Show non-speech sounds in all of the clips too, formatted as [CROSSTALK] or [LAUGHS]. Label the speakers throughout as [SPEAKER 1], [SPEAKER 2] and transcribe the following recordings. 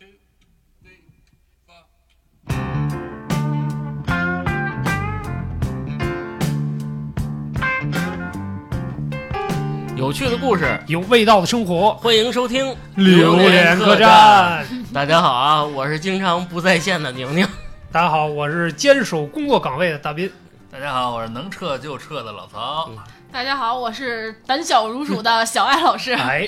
[SPEAKER 1] two, three, four.
[SPEAKER 2] 有趣的故事，
[SPEAKER 3] 有味道的生活，
[SPEAKER 2] 欢迎收听《
[SPEAKER 3] 榴莲客
[SPEAKER 2] 客》。
[SPEAKER 3] 栈。
[SPEAKER 2] 大家好啊，我是经常不在线的宁
[SPEAKER 3] [LAUGHS]
[SPEAKER 2] 宁。
[SPEAKER 3] 大家好，我是坚守工作岗位的大
[SPEAKER 2] [LAUGHS]
[SPEAKER 3] 斌。
[SPEAKER 4] 大家好，我是能撤就撤的老曹。
[SPEAKER 5] 大家好，我是胆小如鼠的小艾老师。
[SPEAKER 3] 哎，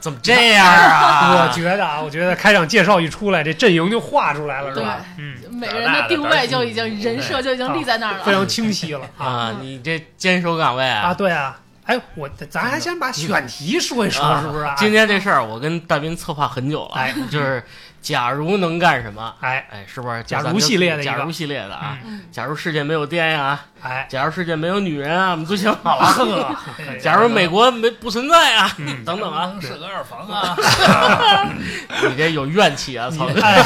[SPEAKER 2] 怎么这样啊？ [LAUGHS]
[SPEAKER 3] 我觉得啊，我觉得开场介绍一出来，这阵营就画出来了，是吧？嗯，
[SPEAKER 5] 每个人的定位就已经人设就已经立在那儿
[SPEAKER 3] 非
[SPEAKER 5] 了。
[SPEAKER 3] 常清晰了啊
[SPEAKER 2] [LAUGHS] 啊，你这坚守岗位
[SPEAKER 3] 啊！对啊，哎，我咱还先把选题说一说，
[SPEAKER 2] 啊
[SPEAKER 3] 是不是啊？
[SPEAKER 2] 今天这事儿我跟大斌策划很久了，
[SPEAKER 3] 哎
[SPEAKER 2] 就是假如能干什么？
[SPEAKER 3] 哎
[SPEAKER 2] 哎，是不是？
[SPEAKER 3] 假如
[SPEAKER 2] 咱们就
[SPEAKER 3] 系列的一个
[SPEAKER 2] 假如系列的啊，
[SPEAKER 5] 嗯
[SPEAKER 2] 假如世界没有电呀、
[SPEAKER 3] 哎，
[SPEAKER 2] 假如世界没有女人啊，我们都想好了。 [LAUGHS]
[SPEAKER 3] 呵，哎
[SPEAKER 2] 假如美国没不存在啊，
[SPEAKER 3] 嗯
[SPEAKER 2] 等等啊，
[SPEAKER 4] 能设个二房啊，
[SPEAKER 2] 你这有怨气啊，操！
[SPEAKER 3] 哎，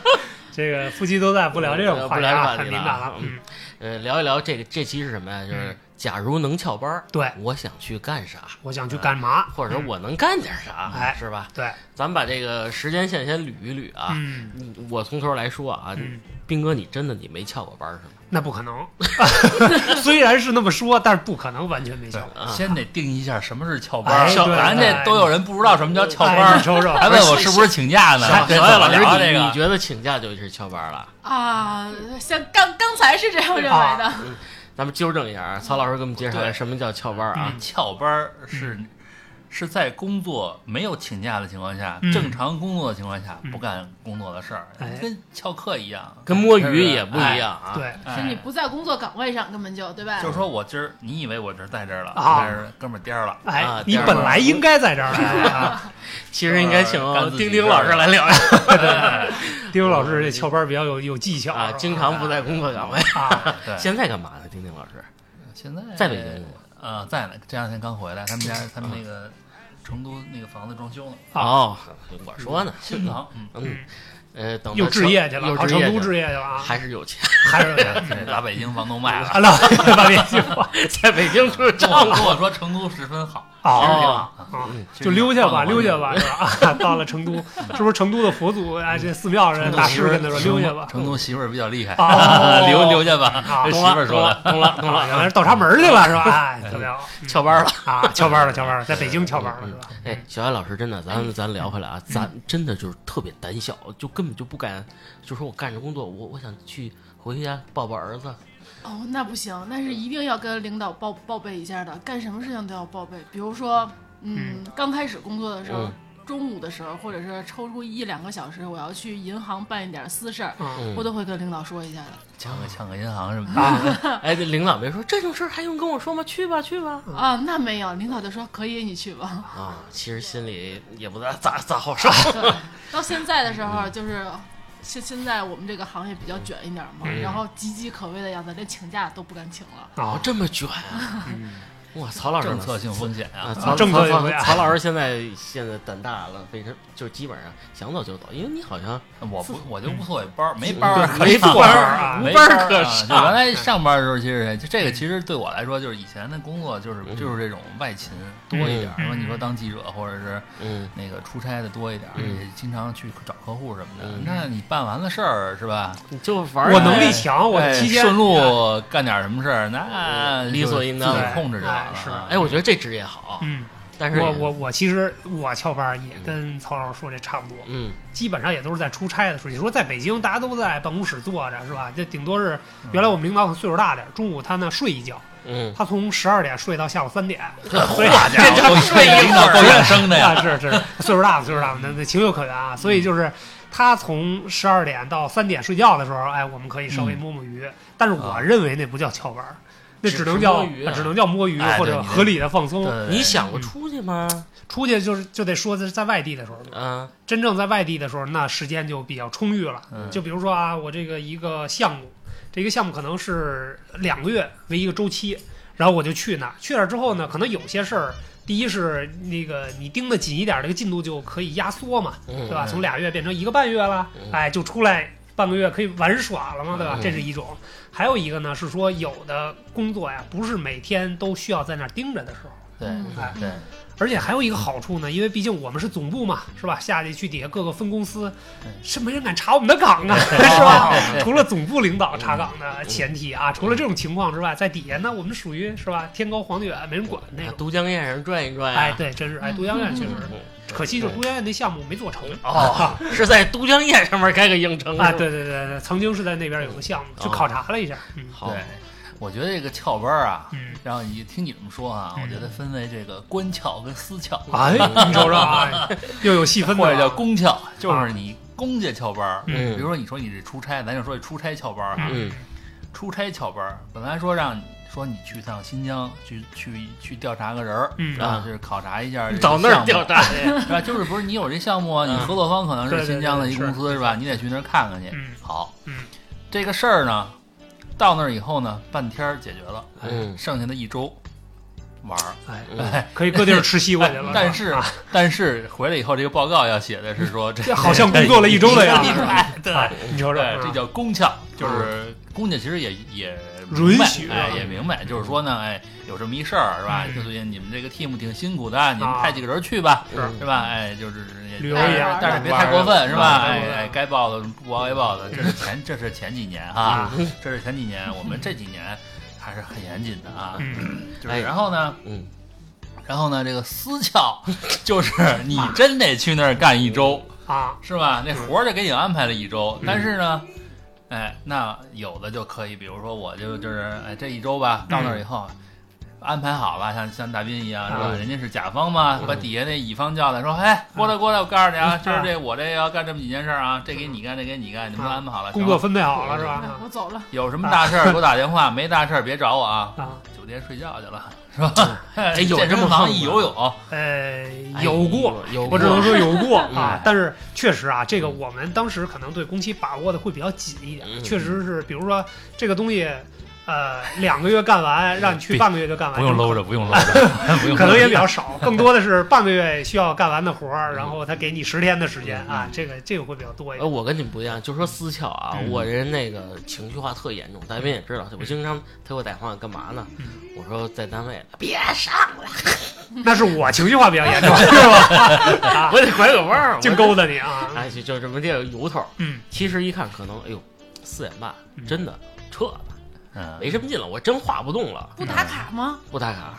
[SPEAKER 3] [LAUGHS] 这个夫妻都在不聊这种话
[SPEAKER 2] 不
[SPEAKER 3] 题
[SPEAKER 2] 聊这
[SPEAKER 3] 啊，
[SPEAKER 2] 话题
[SPEAKER 3] 很敏
[SPEAKER 2] 了
[SPEAKER 3] 感
[SPEAKER 2] 啊
[SPEAKER 3] 了。嗯，
[SPEAKER 2] 呃，聊一聊这个这期是什么呀？就是
[SPEAKER 3] 嗯
[SPEAKER 2] 假如能翘班儿，
[SPEAKER 3] 对，
[SPEAKER 2] 我想去干啥，
[SPEAKER 3] 我想去干嘛？
[SPEAKER 2] 或者说我能干点啥，
[SPEAKER 3] 嗯哎
[SPEAKER 2] 是吧？
[SPEAKER 3] 对，
[SPEAKER 2] 咱们把这个时间线先捋一捋啊。
[SPEAKER 3] 嗯
[SPEAKER 2] 你我从头来说啊，
[SPEAKER 3] 嗯。
[SPEAKER 2] 斌哥，你真的你没翘过班儿是吗？
[SPEAKER 3] 那不可能， [LAUGHS] 虽然是那么说，但是不可能完全没效。
[SPEAKER 2] 啊
[SPEAKER 4] [LAUGHS] 先得定义一下什么是翘
[SPEAKER 3] 哎
[SPEAKER 4] 班。
[SPEAKER 3] 对
[SPEAKER 4] 咱这都有人不知道什么叫翘
[SPEAKER 3] 哎
[SPEAKER 4] 班
[SPEAKER 3] 你，瞅瞅，
[SPEAKER 4] 还问我是不是请假呢？
[SPEAKER 2] 小
[SPEAKER 4] 这
[SPEAKER 2] 小
[SPEAKER 4] 怎
[SPEAKER 2] 艾
[SPEAKER 4] 么
[SPEAKER 2] 老师，
[SPEAKER 4] 聊这
[SPEAKER 2] 你你
[SPEAKER 4] 个？
[SPEAKER 2] 觉得请假就是翘班儿了？
[SPEAKER 5] 啊，像刚刚才是这样认为
[SPEAKER 3] 啊
[SPEAKER 5] 的，
[SPEAKER 2] 咱们纠正一下啊，曹老师给我们介绍一下
[SPEAKER 4] 对嗯
[SPEAKER 2] 什么叫翘班儿啊？
[SPEAKER 4] 翘班是是在工作没有请假的情况下
[SPEAKER 3] 嗯，
[SPEAKER 4] 正常工作的情况下
[SPEAKER 3] 嗯
[SPEAKER 4] 不干工作的事儿
[SPEAKER 3] 哎，
[SPEAKER 4] 跟翘课一样，
[SPEAKER 2] 跟摸鱼也不一样啊。，
[SPEAKER 3] 对，
[SPEAKER 4] 哎。
[SPEAKER 5] 是
[SPEAKER 4] 哎
[SPEAKER 5] 你不在工作岗位上，根本就对吧
[SPEAKER 4] 就？是说我今儿，你以为我这儿在这儿了，
[SPEAKER 3] 啊
[SPEAKER 4] 但是哥们儿颠儿了。
[SPEAKER 3] 哎
[SPEAKER 2] 啊，
[SPEAKER 3] 你本来应该在这儿
[SPEAKER 2] [LAUGHS]
[SPEAKER 3] 来啊。
[SPEAKER 2] 其实应该请
[SPEAKER 4] 干自己
[SPEAKER 2] 丁丁老师来聊一下
[SPEAKER 4] 哎
[SPEAKER 3] 丁老师这翘班比较有有技巧
[SPEAKER 2] 啊，经常不在工作岗位。 [LAUGHS]
[SPEAKER 3] 啊，
[SPEAKER 4] 对，
[SPEAKER 2] 现在干嘛呢？丁丁老师
[SPEAKER 4] 现在
[SPEAKER 2] 在北京吗？
[SPEAKER 4] 啊、在呢，这两天刚回来，他们家他们那个成都那个房子装修呢，
[SPEAKER 3] 啊
[SPEAKER 2] 哦，我说呢，
[SPEAKER 4] 新房，嗯，
[SPEAKER 2] 嗯，呃，等到
[SPEAKER 3] 又置业去了，
[SPEAKER 2] 又
[SPEAKER 3] 跑
[SPEAKER 2] 置
[SPEAKER 3] 成
[SPEAKER 2] 业
[SPEAKER 3] 都
[SPEAKER 2] 去
[SPEAKER 3] 置
[SPEAKER 2] 了，
[SPEAKER 3] 业去了啊，
[SPEAKER 2] 还是有钱，
[SPEAKER 3] 还是有点
[SPEAKER 4] 这把北京房东卖了。
[SPEAKER 3] [LAUGHS] 啊，老把别句话
[SPEAKER 2] [LAUGHS] 在北京出
[SPEAKER 4] 跟
[SPEAKER 2] 账
[SPEAKER 4] 我
[SPEAKER 2] 了。
[SPEAKER 4] 跟我说成都十分好，
[SPEAKER 3] 啊
[SPEAKER 2] 哦，
[SPEAKER 3] 啊，就溜去
[SPEAKER 2] 嗯
[SPEAKER 3] 吧，溜去吧，是吧？啊， [LAUGHS] 到了成都，是不是成都的佛祖啊？这寺庙人大师跟他说溜去
[SPEAKER 2] [LAUGHS]
[SPEAKER 3] 吧，
[SPEAKER 4] 成都媳妇儿比较厉害，
[SPEAKER 3] 啊
[SPEAKER 4] [LAUGHS] 留留下吧，
[SPEAKER 3] 啊
[SPEAKER 4] 这媳
[SPEAKER 2] 懂了，
[SPEAKER 4] 妇儿
[SPEAKER 2] 懂
[SPEAKER 4] 说
[SPEAKER 2] 了，
[SPEAKER 4] 的。
[SPEAKER 2] 懂了，懂 [LAUGHS]
[SPEAKER 3] 啊，原来
[SPEAKER 2] 了，
[SPEAKER 3] 是倒插门儿去了，
[SPEAKER 2] [LAUGHS]
[SPEAKER 3] 是吧？哎，怎么样？
[SPEAKER 2] 翘班了。
[SPEAKER 3] 啊，翘班了，翘班了，在北京翘班了，是吧？
[SPEAKER 2] 哎，小艾老师，真的，咱们咱聊回来啊，咱真的就是特别胆小，就根本就不敢，就说我干着工作，我我想去回家抱抱儿子，
[SPEAKER 5] 哦，那不行，那是一定要跟领导报报备一下的，干什么事情都要报备。比如说，嗯，刚开始工作的时候
[SPEAKER 2] 嗯，
[SPEAKER 5] 中午的时候，或者是抽出一两个小时，我要去银行办一点私事儿，
[SPEAKER 3] 嗯，
[SPEAKER 5] 我都会跟领导说一下的。
[SPEAKER 4] 抢个抢个银行什么的，
[SPEAKER 2] 哎，这领导没说这种事儿还用跟我说吗？去吧，去吧。
[SPEAKER 3] 嗯
[SPEAKER 5] 啊，那没有，领导就说可以，你去吧。
[SPEAKER 2] 啊，其实心里也不咋咋咋好受。
[SPEAKER 5] 对，到现在的时候就是。现现在我们这个行业比较卷一点嘛，然后岌岌可危的样子，连请假都不敢请了。
[SPEAKER 2] 哦
[SPEAKER 3] 啊，，
[SPEAKER 2] 这么卷啊！ [LAUGHS] 哇，曹老师
[SPEAKER 4] 政策性风险
[SPEAKER 2] 啊，
[SPEAKER 4] 啊，
[SPEAKER 2] 曹
[SPEAKER 3] 政
[SPEAKER 2] 曹
[SPEAKER 3] 策
[SPEAKER 2] 曹
[SPEAKER 3] 也不
[SPEAKER 2] 曹老师现在现在胆大了，非常就基本上想走就走，因为你好像
[SPEAKER 4] 我不我就无所谓班儿，没班
[SPEAKER 2] 对
[SPEAKER 4] 儿可
[SPEAKER 2] 没
[SPEAKER 4] 上
[SPEAKER 2] 班儿
[SPEAKER 3] 啊
[SPEAKER 4] 没
[SPEAKER 2] 无班儿
[SPEAKER 4] 儿
[SPEAKER 2] 可
[SPEAKER 4] 啊
[SPEAKER 2] 上
[SPEAKER 4] 就原来上班的时候，其实就这个其实对我来说，就是以前的工作就是就是这种外勤多一点儿。
[SPEAKER 3] 嗯
[SPEAKER 4] 说你说当记者或者是
[SPEAKER 2] 嗯
[SPEAKER 4] 那个出差的多一点儿，
[SPEAKER 2] 嗯
[SPEAKER 4] 也经常去找客户什么的
[SPEAKER 2] 嗯。
[SPEAKER 4] 那你办完了事儿是吧？
[SPEAKER 2] 你就玩儿
[SPEAKER 3] 我能力强，我
[SPEAKER 4] 哎
[SPEAKER 3] 提前
[SPEAKER 4] 顺路干点什么事儿，那
[SPEAKER 2] 理所应当
[SPEAKER 4] 自己控制着
[SPEAKER 3] 哎
[SPEAKER 4] 了。啊
[SPEAKER 3] 是
[SPEAKER 2] 哎，我觉得这职业好，
[SPEAKER 3] 嗯，
[SPEAKER 2] 但是
[SPEAKER 3] 我我我其实我翘班儿也跟曹老师说这差不多，
[SPEAKER 2] 嗯
[SPEAKER 3] 基本上也都是在出差的时候。你说在北京，大家都在办公室坐着是吧？这顶多是原来我们领导可能岁数大点儿，中午他呢睡一觉，
[SPEAKER 2] 嗯，
[SPEAKER 3] 他从十二点睡到下午三点，所 [LAUGHS] 以
[SPEAKER 4] 好家伙，够
[SPEAKER 2] 睡一会儿
[SPEAKER 4] 领导够养生
[SPEAKER 3] [LAUGHS]
[SPEAKER 4] 的呀。嗯
[SPEAKER 3] 啊是是岁数大了岁数大了，那那情有可原啊。所以就是他从十二点到三点睡觉的时候，哎，我们可以稍微
[SPEAKER 4] 嗯啊
[SPEAKER 3] 摸摸鱼，但是我认为那不叫翘班儿，那
[SPEAKER 2] 只
[SPEAKER 3] 只能
[SPEAKER 2] 是
[SPEAKER 3] 叫
[SPEAKER 2] 摸鱼啊
[SPEAKER 3] 只能叫摸鱼
[SPEAKER 4] 哎
[SPEAKER 3] 或
[SPEAKER 4] 对
[SPEAKER 3] 者
[SPEAKER 4] 你这
[SPEAKER 3] 合理的放松。
[SPEAKER 4] 对
[SPEAKER 2] 你想过出去吗？
[SPEAKER 3] 出去就是就得说的是在外地的时候，
[SPEAKER 2] 啊，
[SPEAKER 3] 真正在外地的时候，那时间就比较充裕了。
[SPEAKER 4] 嗯
[SPEAKER 3] 就比如说啊，我这个一个项目，这个项目可能是两个月为一个周期，然后我就去那儿。去那儿之后呢，可能有些事儿，第一是那个你盯得紧一点，这个进度就可以压缩嘛，
[SPEAKER 2] 嗯
[SPEAKER 3] 对吧？
[SPEAKER 4] 嗯
[SPEAKER 3] 从俩月变成一个半月了
[SPEAKER 2] 嗯，
[SPEAKER 3] 哎，就出来半个月可以玩耍了嘛，对吧
[SPEAKER 2] 嗯？
[SPEAKER 3] 这是一种。还有一个呢，是说有的工作呀，不是每天都需要在那儿盯着的时候。
[SPEAKER 4] 对
[SPEAKER 5] 嗯
[SPEAKER 3] 哎
[SPEAKER 4] 对，
[SPEAKER 3] 而且还有一个好处呢，因为毕竟我们是总部嘛，是吧？下去去底下各个分公司
[SPEAKER 4] 对，
[SPEAKER 3] 是没人敢查我们的岗
[SPEAKER 4] [LAUGHS]
[SPEAKER 3] 啊，是
[SPEAKER 4] 哦
[SPEAKER 3] 吧？ [LAUGHS] 除了总部领导查岗
[SPEAKER 4] 嗯
[SPEAKER 3] 的前提啊，除了这种情况之外，在底下呢，我们属于是吧？天高皇帝远，没人管那
[SPEAKER 2] 啊
[SPEAKER 4] 嗯
[SPEAKER 3] 种。
[SPEAKER 2] 都江堰上转一
[SPEAKER 4] 啊
[SPEAKER 2] 转
[SPEAKER 3] 哎，
[SPEAKER 2] 呀。
[SPEAKER 3] 对，真是哎，都江堰确实
[SPEAKER 2] 嗯
[SPEAKER 3] 可惜，就是都江堰那项目没做成。
[SPEAKER 2] 哦，是在都江堰上面开个影
[SPEAKER 4] 嗯
[SPEAKER 2] 城
[SPEAKER 3] 啊，
[SPEAKER 2] 是吧
[SPEAKER 3] 对对对对，曾经是在那边有个项目，去考察了一下。嗯
[SPEAKER 2] 好，
[SPEAKER 4] 对，我觉得这个翘班儿啊，
[SPEAKER 3] 嗯，
[SPEAKER 4] 然后你听你们说啊，
[SPEAKER 3] 嗯
[SPEAKER 4] 我觉得分为这个官窍跟私窍，
[SPEAKER 3] 哎，你瞅瞅
[SPEAKER 4] [LAUGHS]
[SPEAKER 3] 啊，又有细分的
[SPEAKER 4] 哦或者
[SPEAKER 3] 了
[SPEAKER 4] 叫公窍，就是你公家翘班儿。
[SPEAKER 3] 嗯
[SPEAKER 4] 比如说你说你是出差，咱就说你出差翘班儿啊，
[SPEAKER 2] 嗯
[SPEAKER 4] 出差翘班儿，本来说让你说你去趟新疆，去去去调查个人儿，
[SPEAKER 3] 嗯
[SPEAKER 4] 然后就是考察一下这个
[SPEAKER 2] 到那
[SPEAKER 4] 项
[SPEAKER 2] 儿
[SPEAKER 4] 目
[SPEAKER 2] 调查去，
[SPEAKER 4] 是吧？就是不是你有这项目啊？
[SPEAKER 2] 嗯
[SPEAKER 4] 你合作方可能
[SPEAKER 3] 对
[SPEAKER 4] 是
[SPEAKER 3] 对
[SPEAKER 4] 新疆的一公司是吧？你得去那儿看看去。
[SPEAKER 3] 嗯
[SPEAKER 4] 好，
[SPEAKER 3] 嗯
[SPEAKER 4] 这个事儿呢，到那儿以后呢，半天儿解决了，哎
[SPEAKER 2] 嗯
[SPEAKER 4] 剩下的一周玩儿。
[SPEAKER 3] 哎，
[SPEAKER 2] 嗯
[SPEAKER 3] [LAUGHS] 可以各地儿吃西瓜去了。
[SPEAKER 4] [LAUGHS] 但
[SPEAKER 3] 是啊
[SPEAKER 4] 是但是回来以后，这个报告要写的是说这
[SPEAKER 3] 吧这好像工作了一周的
[SPEAKER 4] [LAUGHS]
[SPEAKER 3] 样
[SPEAKER 4] 一
[SPEAKER 3] 子。
[SPEAKER 4] 哎对
[SPEAKER 3] 哎你瞅瞅
[SPEAKER 4] 对，，这
[SPEAKER 3] 啊
[SPEAKER 4] 叫公窍，就是公家其实也也
[SPEAKER 3] 允
[SPEAKER 4] 明白
[SPEAKER 3] 许
[SPEAKER 4] 哎，
[SPEAKER 3] 啊
[SPEAKER 4] 也明白，就是说呢，哎，有这么一事儿是吧？
[SPEAKER 3] 嗯
[SPEAKER 4] 就最近你们这个 team 挺辛苦的，你们
[SPEAKER 3] 啊嗯
[SPEAKER 4] 派几个人去吧，
[SPEAKER 2] 是
[SPEAKER 4] 是吧？哎，就是也
[SPEAKER 3] 旅游
[SPEAKER 5] 一
[SPEAKER 4] 但
[SPEAKER 5] 下
[SPEAKER 4] 是但是别太过分，是吧？
[SPEAKER 3] 玩儿
[SPEAKER 4] 哎哎，该报的不报该报的，
[SPEAKER 3] [LAUGHS]
[SPEAKER 4] 这是前这是前几年啊，
[SPEAKER 3] 嗯
[SPEAKER 2] 嗯
[SPEAKER 4] 这是前几年，我们这几年还是很严谨的啊。
[SPEAKER 3] 嗯，
[SPEAKER 4] 就
[SPEAKER 2] 哎
[SPEAKER 4] 是然后呢，
[SPEAKER 2] 嗯，
[SPEAKER 4] 然后呢，这个私教 [LAUGHS] 就是你真得去那儿干一周，
[SPEAKER 3] 啊，
[SPEAKER 4] 是嗯吧？那活儿就给你安排了一周，但是呢。哎，那有的就可以，比如说我就就是哎这一周吧，到那儿以后。安排好了，像像大斌一样是吧？
[SPEAKER 2] 嗯
[SPEAKER 4] 人家是甲方嘛，
[SPEAKER 2] 嗯
[SPEAKER 4] 把底下那乙方叫来说：“哎，郭大郭大，我告诉你啊，
[SPEAKER 3] 嗯
[SPEAKER 4] 就是这我这要干这么几件事儿啊，这给你干，这给你干，你们都安排
[SPEAKER 2] 啊
[SPEAKER 4] 好了。
[SPEAKER 3] 工
[SPEAKER 4] 行
[SPEAKER 3] 作
[SPEAKER 4] 了，
[SPEAKER 3] 分配好了是
[SPEAKER 5] 哎
[SPEAKER 3] 吧？
[SPEAKER 5] 我走了，
[SPEAKER 4] 有什么大 [LAUGHS] 事儿给我打电话，没大事儿别找我啊。
[SPEAKER 2] 嗯
[SPEAKER 3] 啊，
[SPEAKER 4] 酒店睡觉去了，是吧？哎
[SPEAKER 2] 有
[SPEAKER 4] 健
[SPEAKER 2] 这么横
[SPEAKER 4] 身房
[SPEAKER 2] 吗
[SPEAKER 4] 一游泳，
[SPEAKER 3] 呃，
[SPEAKER 2] 哎
[SPEAKER 3] 有过。，
[SPEAKER 2] 有
[SPEAKER 3] 我只能说有
[SPEAKER 2] [LAUGHS]
[SPEAKER 3] 过啊
[SPEAKER 2] 嗯，
[SPEAKER 3] 但是确实啊，这个我们当时可能对工期把握的会比较紧一点，
[SPEAKER 2] 嗯
[SPEAKER 3] 确实是，比如说这个东西，呃，两个月干完，让你去
[SPEAKER 4] 别
[SPEAKER 3] 半个月就干完，
[SPEAKER 4] 不用搂着，不 [LAUGHS] 用搂着，不用。
[SPEAKER 3] 可能也比较少，更多的是半个月需要干完的活
[SPEAKER 2] 嗯
[SPEAKER 3] 儿，然后他给你十天的时间啊，这个这个会比较多一
[SPEAKER 2] 呃，
[SPEAKER 3] 点。
[SPEAKER 2] 我跟你们不一样，就说私窍啊，
[SPEAKER 4] 嗯
[SPEAKER 2] 我人那个情绪化特严重，大斌也知道，我经常他给我打电话干嘛呢？我说在单位，
[SPEAKER 5] 啊
[SPEAKER 2] 别上了，
[SPEAKER 3] 那是我情绪化比较严重，是吧？ [LAUGHS] 啊，
[SPEAKER 2] 我得拐个弯儿，
[SPEAKER 3] 净
[SPEAKER 2] 够。
[SPEAKER 3] 勾搭你啊！
[SPEAKER 2] 哎，就就这么这个由头。
[SPEAKER 3] 嗯，
[SPEAKER 2] 其实一看可能，哎呦，四点半，
[SPEAKER 3] 嗯
[SPEAKER 2] 真的撤吧，
[SPEAKER 4] 嗯，
[SPEAKER 2] 没什么劲了，我真画不动了，
[SPEAKER 5] 不打卡吗？
[SPEAKER 2] 不打卡，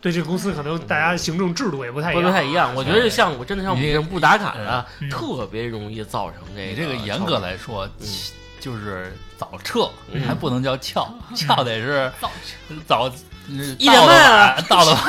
[SPEAKER 3] 对这个公司可能大家行政制度也不太
[SPEAKER 2] 不
[SPEAKER 3] 一
[SPEAKER 2] 能
[SPEAKER 3] 样，
[SPEAKER 2] 太一样。我觉得像我真的像我们这种不打卡的
[SPEAKER 3] 嗯，
[SPEAKER 2] 特别容易造成这
[SPEAKER 4] 你
[SPEAKER 2] 个。
[SPEAKER 4] 这个严格，来说，其就是早撤
[SPEAKER 2] 嗯，
[SPEAKER 4] 还不能叫翘，翘得是
[SPEAKER 5] 走，
[SPEAKER 4] 早嗯
[SPEAKER 2] 一点半啊，
[SPEAKER 4] 到了晚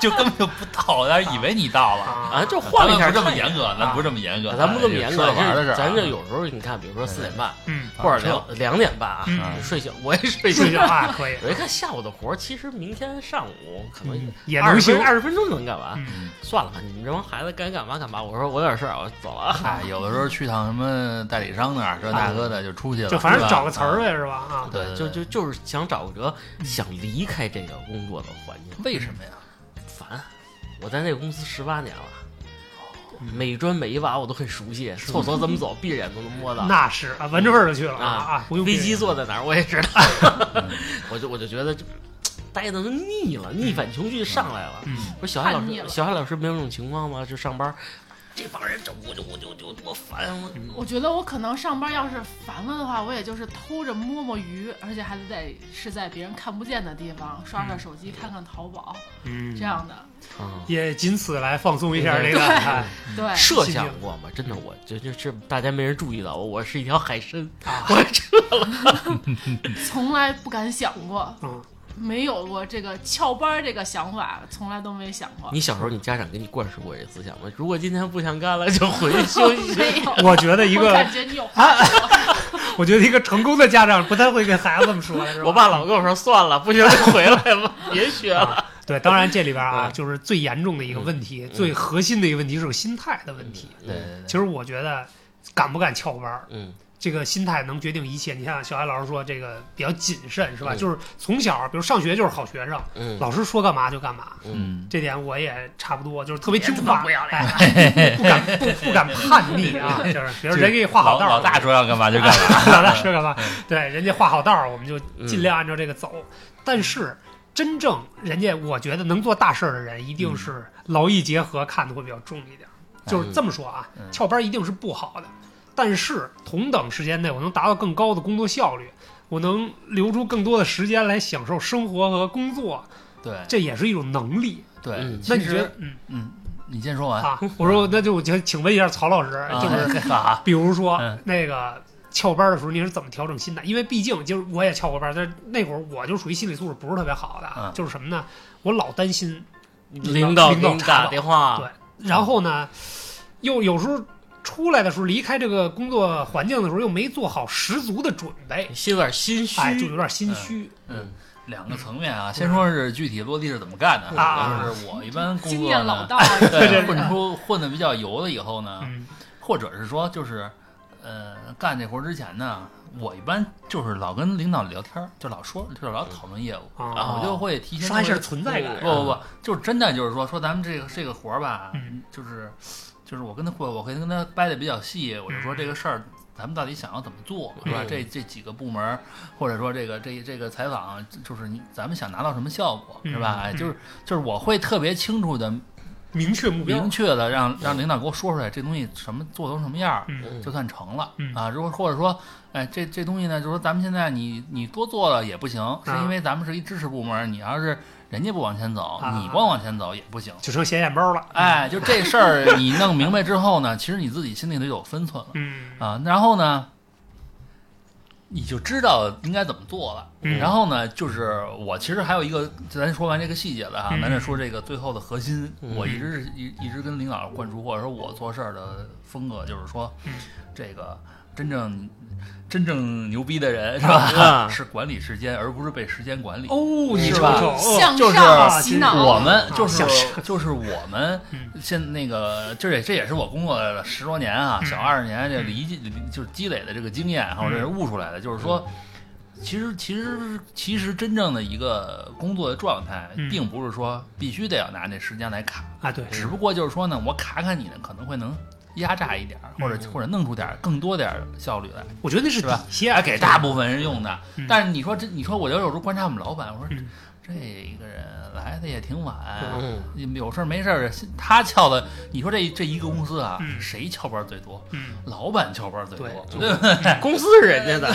[SPEAKER 4] 就根本就不到，但是以为你到了。
[SPEAKER 2] 啊，
[SPEAKER 3] 啊。
[SPEAKER 2] 就晃一下
[SPEAKER 4] 咱们不这么
[SPEAKER 2] 看一下
[SPEAKER 4] 严格，咱不这么严格，
[SPEAKER 2] 咱不这么严
[SPEAKER 4] 吃
[SPEAKER 2] 格，
[SPEAKER 4] 着玩儿的事
[SPEAKER 2] 是
[SPEAKER 4] 儿啊
[SPEAKER 2] 咱这有时候你看，比如说四点半
[SPEAKER 3] 嗯，
[SPEAKER 4] 啊
[SPEAKER 2] 或者
[SPEAKER 4] 吃着
[SPEAKER 2] 两两点半啊，
[SPEAKER 3] 嗯
[SPEAKER 2] 你睡醒我也睡
[SPEAKER 3] 睡
[SPEAKER 2] 醒
[SPEAKER 3] 觉。啊，可
[SPEAKER 5] [LAUGHS]
[SPEAKER 3] 以，
[SPEAKER 2] 我一看下午的活儿，其实明天上午可能
[SPEAKER 3] 嗯也
[SPEAKER 2] 二
[SPEAKER 3] 能
[SPEAKER 2] 十
[SPEAKER 3] 行
[SPEAKER 2] 分。二十分钟能干完。
[SPEAKER 3] 嗯
[SPEAKER 2] 算了吧，你们这帮孩子该干嘛干嘛。我说我有点事儿，我走了啊。
[SPEAKER 4] 哎，有的时候去趟什么代理商那儿，这大
[SPEAKER 2] 哎
[SPEAKER 4] 哥的就出去了，
[SPEAKER 3] 就反正
[SPEAKER 4] 是吧
[SPEAKER 3] 找个词儿。呗，是吧？啊，
[SPEAKER 4] 对对
[SPEAKER 2] 就
[SPEAKER 4] 对
[SPEAKER 2] 就就是想找个辙，想离开这个工作的环境，
[SPEAKER 4] 为什么呀？
[SPEAKER 2] 烦。我在那个公司十八年了。每砖每一瓦我都很熟悉，厕所怎么走，闭着眼都能摸到。
[SPEAKER 3] 那是啊，闻着味儿就去了
[SPEAKER 2] 啊
[SPEAKER 3] 啊，不用
[SPEAKER 2] 飞机坐在哪儿我也知道，我就我就觉得这待的都腻了，逆反情绪上来了。
[SPEAKER 3] 嗯
[SPEAKER 2] 不是小海老
[SPEAKER 5] 叛逆
[SPEAKER 2] 师，
[SPEAKER 5] 了
[SPEAKER 2] 小海老师没有这种情况吗？就上班，这帮人这我就我就我就多烦我。
[SPEAKER 5] 我觉得我可能上班要是烦了的话，我也就是偷着摸摸鱼，而且还得在是在别人看不见的地方刷刷手机，看看淘宝
[SPEAKER 3] 嗯
[SPEAKER 5] 这，样的。
[SPEAKER 2] 啊
[SPEAKER 3] 也仅此来放松一下这
[SPEAKER 2] 对
[SPEAKER 3] 个
[SPEAKER 5] 对
[SPEAKER 3] 哎
[SPEAKER 5] 对，
[SPEAKER 2] 设想过吗？真的，我就就是大家没人注意到我，我是一条海参。[LAUGHS]
[SPEAKER 3] 啊，
[SPEAKER 2] 我这
[SPEAKER 5] 从来不敢想过，
[SPEAKER 3] 嗯，
[SPEAKER 5] 没有过这个翘班儿这个想法，从来都没想过。。
[SPEAKER 2] 你小时候你家长给你灌输过这思想吗？如果今天不想干了，就回去休息
[SPEAKER 3] [LAUGHS]
[SPEAKER 5] 没有，
[SPEAKER 3] 我觉得一
[SPEAKER 5] 我 [LAUGHS]
[SPEAKER 3] 个
[SPEAKER 5] 感觉你有
[SPEAKER 3] 啊，我觉得一个成功的家长不太会跟孩子这么
[SPEAKER 2] [LAUGHS]
[SPEAKER 3] 说，是吧？
[SPEAKER 2] 我爸老跟我说：“算了，不行就回来
[SPEAKER 3] [LAUGHS]
[SPEAKER 2] 吧，别学了。
[SPEAKER 3] 啊，对，当然这里边啊，
[SPEAKER 2] 嗯
[SPEAKER 3] 就是最严重的一个问题，最核心的一个问题是个心态的问题。
[SPEAKER 4] 对对对，
[SPEAKER 3] 其实我觉得，敢不敢翘班儿，”
[SPEAKER 2] 嗯
[SPEAKER 3] 这个心态能决定一切。你像小艾老师说，这个比较谨慎，是吧？
[SPEAKER 2] 嗯
[SPEAKER 3] 就是从小，比如上学就是好学生，
[SPEAKER 2] 嗯
[SPEAKER 3] 老师说干嘛就干嘛。
[SPEAKER 4] 嗯，
[SPEAKER 3] 这点我也差不多，就是特别
[SPEAKER 2] 别
[SPEAKER 3] 听
[SPEAKER 2] 他妈
[SPEAKER 3] 话，
[SPEAKER 2] 不要脸
[SPEAKER 3] 哎，不敢不不敢叛
[SPEAKER 2] [LAUGHS]
[SPEAKER 3] 逆啊，就是比如人给你画好道儿，
[SPEAKER 4] 老大说嗯要干嘛就干嘛。嗯
[SPEAKER 3] 老大说干嘛？对，人家画好道儿，我们就尽量按照这个走。但是真正人家我觉得能做大事儿的人，一
[SPEAKER 4] 嗯
[SPEAKER 3] 定是劳逸结合看的会比较重一点。就是这么说啊
[SPEAKER 4] 嗯，
[SPEAKER 3] 翘班一定是不好的，但是同等时间内，我能达到更高的工作效率，我能留出更多的时间来享受生活和工作，
[SPEAKER 4] 对
[SPEAKER 3] 这也是一种能力。
[SPEAKER 4] 对，
[SPEAKER 2] 哎嗯
[SPEAKER 3] 那
[SPEAKER 4] 哎其
[SPEAKER 3] 你觉
[SPEAKER 4] 实
[SPEAKER 3] 得，嗯
[SPEAKER 4] 嗯，你先说完，
[SPEAKER 3] 啊？我说，那就我就请问一下曹老师，就
[SPEAKER 2] [LAUGHS]
[SPEAKER 3] 是 [LAUGHS]
[SPEAKER 4] 是啊，
[SPEAKER 3] 比如说、
[SPEAKER 4] 嗯
[SPEAKER 3] 那个翘班的时候，你是怎么调整心态？因为毕竟就是我也翘过班，但是那会儿我就属于心理素质不是特别好的，
[SPEAKER 4] 嗯
[SPEAKER 3] 就是什么呢？我老担心，
[SPEAKER 2] 领导
[SPEAKER 3] 领导
[SPEAKER 2] 给你
[SPEAKER 3] 查
[SPEAKER 2] 打
[SPEAKER 3] 到
[SPEAKER 2] 电话，
[SPEAKER 3] 对然后呢，又有时候出来的时候离开这个工作环境的时候，又没做好十足的准备，
[SPEAKER 2] 心有点心虚。
[SPEAKER 3] 哎，就有点心虚。
[SPEAKER 4] 嗯，两个层面啊，先说是具体落地是怎么干的
[SPEAKER 3] 啊
[SPEAKER 4] 就是我一般工
[SPEAKER 5] 经
[SPEAKER 4] 作
[SPEAKER 5] 验
[SPEAKER 4] 呢 [LAUGHS]
[SPEAKER 5] 老道了，
[SPEAKER 4] 对
[SPEAKER 5] 是
[SPEAKER 4] 混出混的比较油了以后呢，
[SPEAKER 3] 嗯
[SPEAKER 4] 或者是说就是，呃，干这活儿之前呢，我一般就是老跟领导聊天儿，就老说，就老讨论业务，
[SPEAKER 3] 啊，
[SPEAKER 4] 我就会提前
[SPEAKER 3] 刷一下
[SPEAKER 4] 就会
[SPEAKER 3] 存在感。
[SPEAKER 4] 不不不，就是真的就是说说咱们这个这个活儿吧，
[SPEAKER 3] 嗯
[SPEAKER 4] 就是就是我跟他会，我会跟他掰的比较细，我就说
[SPEAKER 3] 嗯
[SPEAKER 4] 这个事儿。咱们到底想要怎么做，是吧？
[SPEAKER 2] 嗯
[SPEAKER 4] 这这几个部门儿，或者说这个这这个采访，就是你咱们想拿到什么效果，是吧？
[SPEAKER 3] 嗯
[SPEAKER 4] 哎
[SPEAKER 3] 嗯
[SPEAKER 4] 就是就是我会特别清楚的、
[SPEAKER 3] 明确目标
[SPEAKER 4] 明。确的让让领导给我说出来，这东西什么做成什么样儿，
[SPEAKER 3] 嗯
[SPEAKER 2] 嗯
[SPEAKER 4] 就算成了、
[SPEAKER 3] 嗯
[SPEAKER 4] 啊。如果或者说，哎，这这东西呢，就是说咱们现在你你多做了也不行，
[SPEAKER 3] 啊
[SPEAKER 4] 是因为咱们是一支持部门，你要是人家不往前走，
[SPEAKER 3] 啊
[SPEAKER 4] 你不往前走也不行。
[SPEAKER 3] 就成显眼包了。
[SPEAKER 4] 哎，就这事儿你弄明白之后呢，其实你自己心里头有分寸了
[SPEAKER 3] 嗯
[SPEAKER 4] 啊。然后呢，你就知道应该怎么做了。
[SPEAKER 3] 嗯
[SPEAKER 4] 然后呢，就是我其实还有一个，咱说完这个细节了哈，
[SPEAKER 3] 嗯
[SPEAKER 4] 咱再说这个最后的核心。
[SPEAKER 2] 嗯
[SPEAKER 4] 我一直是一一直跟领导灌输，或者说我做事儿的风格就是说，
[SPEAKER 3] 嗯
[SPEAKER 4] 这个真正真正牛逼的人是
[SPEAKER 2] 啊
[SPEAKER 4] 吧？ [LAUGHS] 是管理时间，而不是被时间管理。
[SPEAKER 3] 哦，你
[SPEAKER 4] 是
[SPEAKER 3] 瞅
[SPEAKER 4] 吧
[SPEAKER 3] 瞅，哦
[SPEAKER 5] 向
[SPEAKER 4] 就是
[SPEAKER 5] 上洗脑，
[SPEAKER 4] 我们就
[SPEAKER 3] 啊
[SPEAKER 4] 是就是我们
[SPEAKER 3] 嗯
[SPEAKER 4] 现那个，这也这也是我工作了十多年啊，
[SPEAKER 3] 嗯嗯
[SPEAKER 4] 小二十年这理解就是积累的这个经验，啊或者是悟出来的，就是说。其实，其实，其实，真正的一个工作的状态
[SPEAKER 3] 嗯，
[SPEAKER 4] 并不是说必须得要拿这时间来卡，
[SPEAKER 3] 啊，对，
[SPEAKER 4] 只不过就是说呢，我卡卡你呢，可能会能压榨一点儿，或者
[SPEAKER 2] 嗯
[SPEAKER 4] 或者弄出点儿更多点儿效率来。
[SPEAKER 3] 我觉得那是
[SPEAKER 4] 是
[SPEAKER 3] 底
[SPEAKER 4] 吧
[SPEAKER 3] 线啊
[SPEAKER 4] 哎，给大部分人用的
[SPEAKER 3] 嗯。
[SPEAKER 4] 但是你说这，你说我就有时候观察我们老板，我说
[SPEAKER 3] 嗯
[SPEAKER 4] 这个人来的也挺晚，
[SPEAKER 2] 嗯
[SPEAKER 4] 有事儿没事儿他翘的。你说这这一个公司啊，
[SPEAKER 3] 嗯
[SPEAKER 4] 谁翘班最多？
[SPEAKER 3] 嗯，
[SPEAKER 4] 老板翘班最多，
[SPEAKER 2] 对
[SPEAKER 4] 对吧？ [LAUGHS]
[SPEAKER 3] 哎
[SPEAKER 2] 公司是人家的，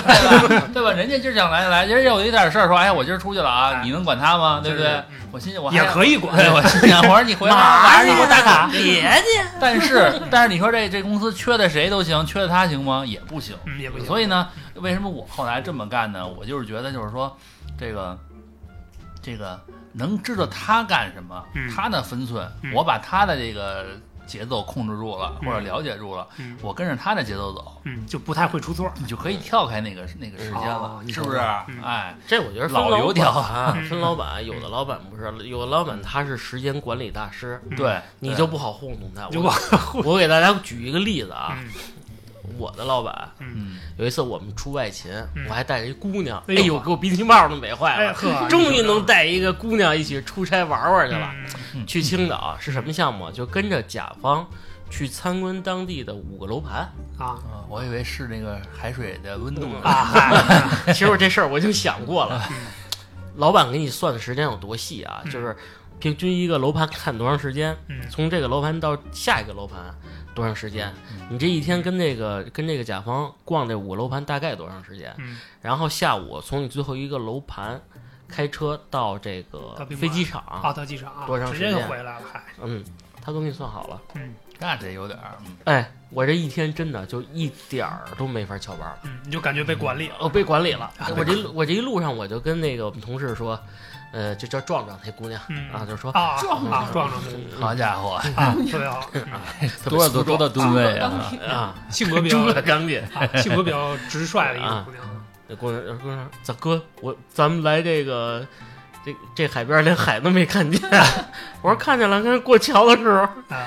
[SPEAKER 4] 对吧？人家今儿想来就来，人家有一点事儿说，哎呀，我今儿出去了啊，
[SPEAKER 3] 哎
[SPEAKER 4] 你能管他吗？对不
[SPEAKER 3] 就
[SPEAKER 4] 对
[SPEAKER 3] 是？嗯
[SPEAKER 4] 我心想我还
[SPEAKER 3] 也可以管。
[SPEAKER 4] 对，我心想我说你
[SPEAKER 3] [LAUGHS]
[SPEAKER 4] 回来吧，晚上你给我打卡。
[SPEAKER 2] 别介，
[SPEAKER 4] 但是但是你说这这公司缺的谁都行，缺的他行吗？也不行。
[SPEAKER 3] 嗯，也不行。
[SPEAKER 4] 所以呢，为什么我后来这么干呢？我就是觉得，就是说，这个，这个能知道他干什么，
[SPEAKER 3] 嗯
[SPEAKER 4] 他的分寸，
[SPEAKER 3] 嗯
[SPEAKER 4] 我把他的这个节奏控制住了，
[SPEAKER 3] 嗯
[SPEAKER 4] 或者了解住了，
[SPEAKER 3] 嗯
[SPEAKER 4] 我跟着他的节奏走，
[SPEAKER 3] 嗯，就不太会出错。
[SPEAKER 4] 你就可以跳开那个那个时间了，
[SPEAKER 3] 哦你
[SPEAKER 4] 是不是？
[SPEAKER 3] 嗯
[SPEAKER 4] 哎，
[SPEAKER 2] 这我觉得分
[SPEAKER 4] 老油条
[SPEAKER 2] 老板啊，
[SPEAKER 3] 嗯
[SPEAKER 2] 分老板，有的老板不是，有的老板他是时间管理大师，
[SPEAKER 3] 嗯
[SPEAKER 4] 对，
[SPEAKER 2] 你就不好糊弄他。
[SPEAKER 3] 就
[SPEAKER 2] 我
[SPEAKER 3] 往
[SPEAKER 2] 我给大家举一个例子啊，
[SPEAKER 3] 嗯
[SPEAKER 2] 我的老板
[SPEAKER 4] 嗯，
[SPEAKER 2] 有一次我们出外勤，
[SPEAKER 3] 嗯
[SPEAKER 2] 我还带着一姑娘，哎
[SPEAKER 3] 哎呦
[SPEAKER 2] 呦，给我鼻涕帽都美坏
[SPEAKER 3] 哎
[SPEAKER 2] 了，
[SPEAKER 3] 呵，
[SPEAKER 2] 终于能带一个姑娘一起出差玩玩去了。
[SPEAKER 3] 嗯
[SPEAKER 2] 去青岛啊是什么项目？就跟着甲方去参观当地的五个楼
[SPEAKER 3] [LAUGHS]
[SPEAKER 2] 盘。
[SPEAKER 3] 啊
[SPEAKER 4] 啊我以为是那个海水的温度呢。
[SPEAKER 3] 啊嗨，
[SPEAKER 2] 其实我这事儿我就想过了，老板给你算的时间有多细啊？
[SPEAKER 3] 嗯
[SPEAKER 2] 就是平均一个楼盘看多长时间，
[SPEAKER 3] 嗯
[SPEAKER 2] [LAUGHS] 从这个楼盘到下一个楼盘多长时间？
[SPEAKER 4] 嗯
[SPEAKER 2] 你这一天跟这个跟这个甲方逛这五个楼盘大概多长时间？
[SPEAKER 3] 嗯
[SPEAKER 2] 然后下午从你最后一个楼盘开车到这
[SPEAKER 3] 到
[SPEAKER 2] 个
[SPEAKER 3] 宾馆
[SPEAKER 2] 飞机场，
[SPEAKER 3] 啊，到机场啊，
[SPEAKER 2] 多长
[SPEAKER 3] 直
[SPEAKER 2] 时
[SPEAKER 3] 接
[SPEAKER 2] 间
[SPEAKER 3] 就回来了，嗨，
[SPEAKER 2] 嗯，他都给你算好了。
[SPEAKER 3] 嗯
[SPEAKER 4] 那这有点儿，嗯
[SPEAKER 2] 哎，我这一天真的就一点儿都没法翘班儿，
[SPEAKER 3] 嗯，你就感觉被管理了。
[SPEAKER 2] 我被管理
[SPEAKER 4] 啊
[SPEAKER 2] 了。我这一路我这一路上我就跟那个我们同事说，呃，就叫壮壮那姑娘
[SPEAKER 3] 嗯
[SPEAKER 2] 啊，就说
[SPEAKER 3] 啊，
[SPEAKER 5] 撞上
[SPEAKER 3] 啊撞上去
[SPEAKER 4] 好家伙，
[SPEAKER 3] 啊，特别好，嗯
[SPEAKER 2] 特别
[SPEAKER 4] 多少多
[SPEAKER 2] 粗
[SPEAKER 4] 多
[SPEAKER 2] 壮
[SPEAKER 4] 少吨位
[SPEAKER 5] 当
[SPEAKER 4] 啊！
[SPEAKER 5] 天
[SPEAKER 2] 啊，
[SPEAKER 3] 性
[SPEAKER 2] [LAUGHS]
[SPEAKER 3] 格比较
[SPEAKER 2] 中了钢铁。
[SPEAKER 3] 啊性格比较直率的一个姑娘。
[SPEAKER 2] 那姑娘姑娘，咱哥我咱们来这个。这这海边连海都没看见， [LAUGHS] 我说看见了，看过桥的时候，
[SPEAKER 3] 啊，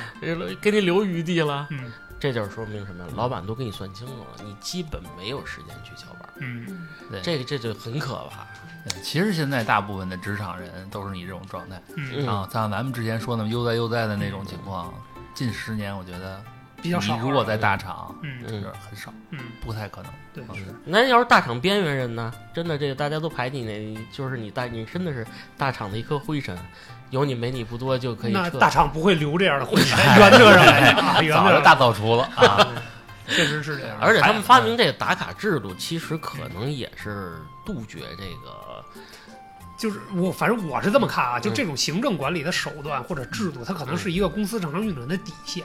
[SPEAKER 2] 给你留余地了。
[SPEAKER 3] 嗯
[SPEAKER 2] 这就是说明什么呀？老板都给你算清楚了，你基本没有时间去翘班儿，
[SPEAKER 3] 嗯
[SPEAKER 4] 对
[SPEAKER 2] 这个这就很可怕。
[SPEAKER 4] 嗯其实现在大部分的职场人都是你这种状态。
[SPEAKER 3] 嗯
[SPEAKER 2] 嗯
[SPEAKER 4] 啊，像咱们之前说那么悠哉悠哉的那种情况，近十年我觉得
[SPEAKER 3] 比较少。
[SPEAKER 4] 你如果在，大厂，
[SPEAKER 3] 嗯
[SPEAKER 4] 就
[SPEAKER 2] 嗯
[SPEAKER 4] 是很少，
[SPEAKER 3] 嗯，
[SPEAKER 4] 不太可能。
[SPEAKER 3] 对，
[SPEAKER 4] 嗯
[SPEAKER 2] 那要是大厂边缘人呢？真的，这个大家都排挤你，就是你大，你真的是大厂的一颗灰尘，有你没你不多就可以
[SPEAKER 3] 那
[SPEAKER 2] 撤
[SPEAKER 3] 大。厂不会留这样的混钱，原则上来讲啊，原
[SPEAKER 4] 早
[SPEAKER 3] 则
[SPEAKER 4] 就
[SPEAKER 3] 上
[SPEAKER 4] 大扫除了
[SPEAKER 3] [LAUGHS]
[SPEAKER 4] 啊！
[SPEAKER 3] 确实是这样。
[SPEAKER 2] 而且他们发明这个打卡制度，其实可能也是杜绝这个，
[SPEAKER 3] 就是我，反正我是这么看啊，就
[SPEAKER 2] 嗯
[SPEAKER 3] 这种行政管理的手段或者制度，它可能是一个公司正常运转的底线，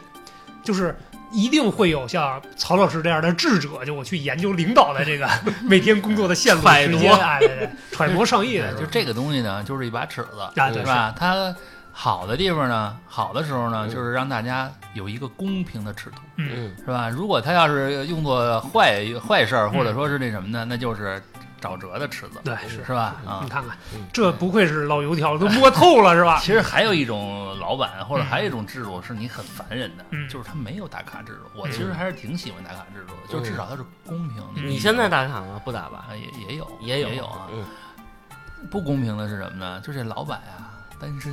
[SPEAKER 3] 就是一定会有像曹老师这样的智者，就我去研究领导的这个每天工作的线路
[SPEAKER 4] 揣
[SPEAKER 3] 时
[SPEAKER 4] 摩
[SPEAKER 3] 间，哎，对对，揣摩上意的时
[SPEAKER 4] [LAUGHS] 对，
[SPEAKER 3] 候，
[SPEAKER 4] 就这个东西呢，就是一把尺子，
[SPEAKER 3] 啊，
[SPEAKER 4] 是
[SPEAKER 3] 对，
[SPEAKER 4] 吧？它好的地方呢，好的时候呢，
[SPEAKER 2] 嗯
[SPEAKER 4] 就是让大家有一个公平的尺度，
[SPEAKER 3] 嗯，
[SPEAKER 2] 嗯，
[SPEAKER 4] 是吧？如果它要是用作坏坏事儿，
[SPEAKER 3] 嗯
[SPEAKER 4] 或者说是那什么呢，那就是找辙的尺子，
[SPEAKER 3] 对，是。
[SPEAKER 4] 是吧？啊
[SPEAKER 3] 你，看看
[SPEAKER 2] 嗯，
[SPEAKER 3] 这不愧是老油条，都摸透了是
[SPEAKER 4] [LAUGHS]
[SPEAKER 3] 吧？
[SPEAKER 4] 其实还有一种老板，或者还有一种制度是你很烦人的，
[SPEAKER 3] 嗯
[SPEAKER 4] 就是他没有打卡制度。
[SPEAKER 2] 嗯
[SPEAKER 4] 我其实还是挺喜欢打卡制度的，就至少它是公平的。
[SPEAKER 3] 嗯
[SPEAKER 2] 你现在打卡吗？不打吧？
[SPEAKER 4] 啊也也有
[SPEAKER 2] 也有
[SPEAKER 4] 也有啊，
[SPEAKER 2] 嗯
[SPEAKER 4] 不公平的是什么呢？就这老板啊，单身，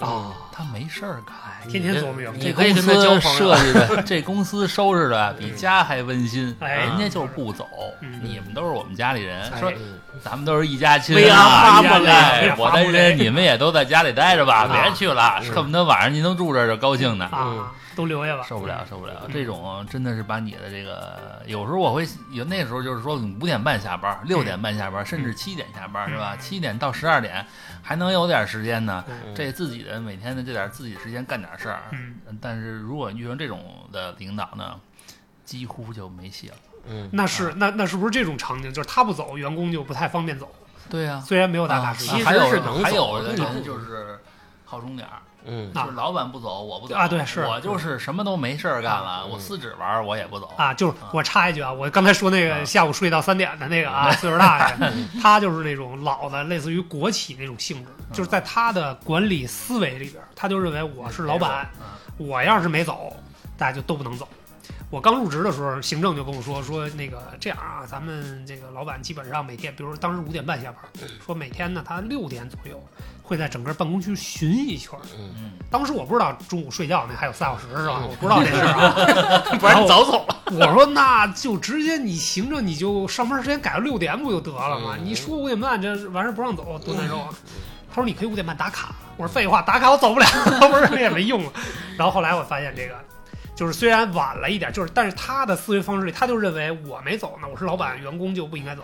[SPEAKER 2] 哦，哎
[SPEAKER 4] 他没事儿干。
[SPEAKER 3] 天天琢磨着
[SPEAKER 2] 你
[SPEAKER 4] 这
[SPEAKER 2] 可以
[SPEAKER 4] 嗯公
[SPEAKER 2] 跟他交
[SPEAKER 4] 司
[SPEAKER 2] 朋友嗯
[SPEAKER 4] 设。计的， [LAUGHS] 这公司收拾的比家还温馨，
[SPEAKER 3] 哎
[SPEAKER 4] 人家就不走。
[SPEAKER 3] 嗯
[SPEAKER 4] 你们都是我们家里人，
[SPEAKER 3] 哎
[SPEAKER 4] 说
[SPEAKER 2] 嗯
[SPEAKER 4] 咱们都是一家亲啊，
[SPEAKER 2] 为阿发
[SPEAKER 4] 一家亲
[SPEAKER 2] 不累
[SPEAKER 4] 哎
[SPEAKER 3] 为阿
[SPEAKER 4] 我
[SPEAKER 3] 发
[SPEAKER 4] 单
[SPEAKER 3] 不累
[SPEAKER 4] 身，你们也都在家里待着吧，
[SPEAKER 2] 啊
[SPEAKER 4] 别去了，
[SPEAKER 2] 是
[SPEAKER 4] 恨不得晚上您都住这儿就高兴呢。
[SPEAKER 3] 啊，都留下嗯吧。
[SPEAKER 4] 受不了，受不了！这种真的是把你的这个，有时候我会有那时候就是说，你五点半下班，六点半下班，甚至七点下班，是吧？七点到十二点还能有点时间呢，
[SPEAKER 2] 嗯
[SPEAKER 4] 这自己的每天的这点自己时间干点事儿。
[SPEAKER 3] 嗯，
[SPEAKER 4] 但是如果遇上这种的领导呢，几乎就没戏了。
[SPEAKER 2] 嗯，
[SPEAKER 3] 那是那那是不是这种场景，就是他不走，员工就不太方便走？
[SPEAKER 4] 对呀、
[SPEAKER 3] 虽然没有打卡
[SPEAKER 4] 啊
[SPEAKER 3] 时
[SPEAKER 2] 其
[SPEAKER 3] 间
[SPEAKER 2] 实
[SPEAKER 4] 还有
[SPEAKER 2] 是能
[SPEAKER 4] 还
[SPEAKER 2] 走
[SPEAKER 4] 有的
[SPEAKER 2] 的
[SPEAKER 4] 人就是好中点儿，
[SPEAKER 2] 嗯
[SPEAKER 3] 啊
[SPEAKER 4] 就是老板不走，我不走
[SPEAKER 3] 啊对是
[SPEAKER 4] 我就是什么都没事儿干了，
[SPEAKER 2] 嗯
[SPEAKER 4] 我撕纸玩儿我也不走
[SPEAKER 3] 啊，就是我插一句啊，我刚才说那
[SPEAKER 4] 啊
[SPEAKER 3] 个下午睡到三点的那个啊，岁数大 [LAUGHS] 的，他就是那种老的，类似于国企那种性质，就是在他的管理思维里边，他就认为我是老板，我要是没走，大家就都不能走。我刚入职的时候，行政就跟我说说那个这样啊，咱们这个老板基本上每天，比如说当时五点半下班，说每天呢他六点左右会在整个办公区巡一圈儿。
[SPEAKER 4] 嗯，
[SPEAKER 3] 当时我不知道中午睡觉那还有仨小时是吧？我不知道这事儿啊，
[SPEAKER 2] [LAUGHS] 不然
[SPEAKER 3] 然后
[SPEAKER 2] 你早走了。
[SPEAKER 3] [LAUGHS] 我说那就直接你行政你就上班时间改到六点不就得了吗？
[SPEAKER 2] 嗯
[SPEAKER 3] 你说五点半这完事儿不让走多难受啊！他说你可以五点半打卡，我说废话，打卡我走不了，不是那也没用了。然后后来我发现这个。就是虽然晚了一点，就是但是他的思维方式里，他就认为我没走呢，我是老板，员工就不应该走。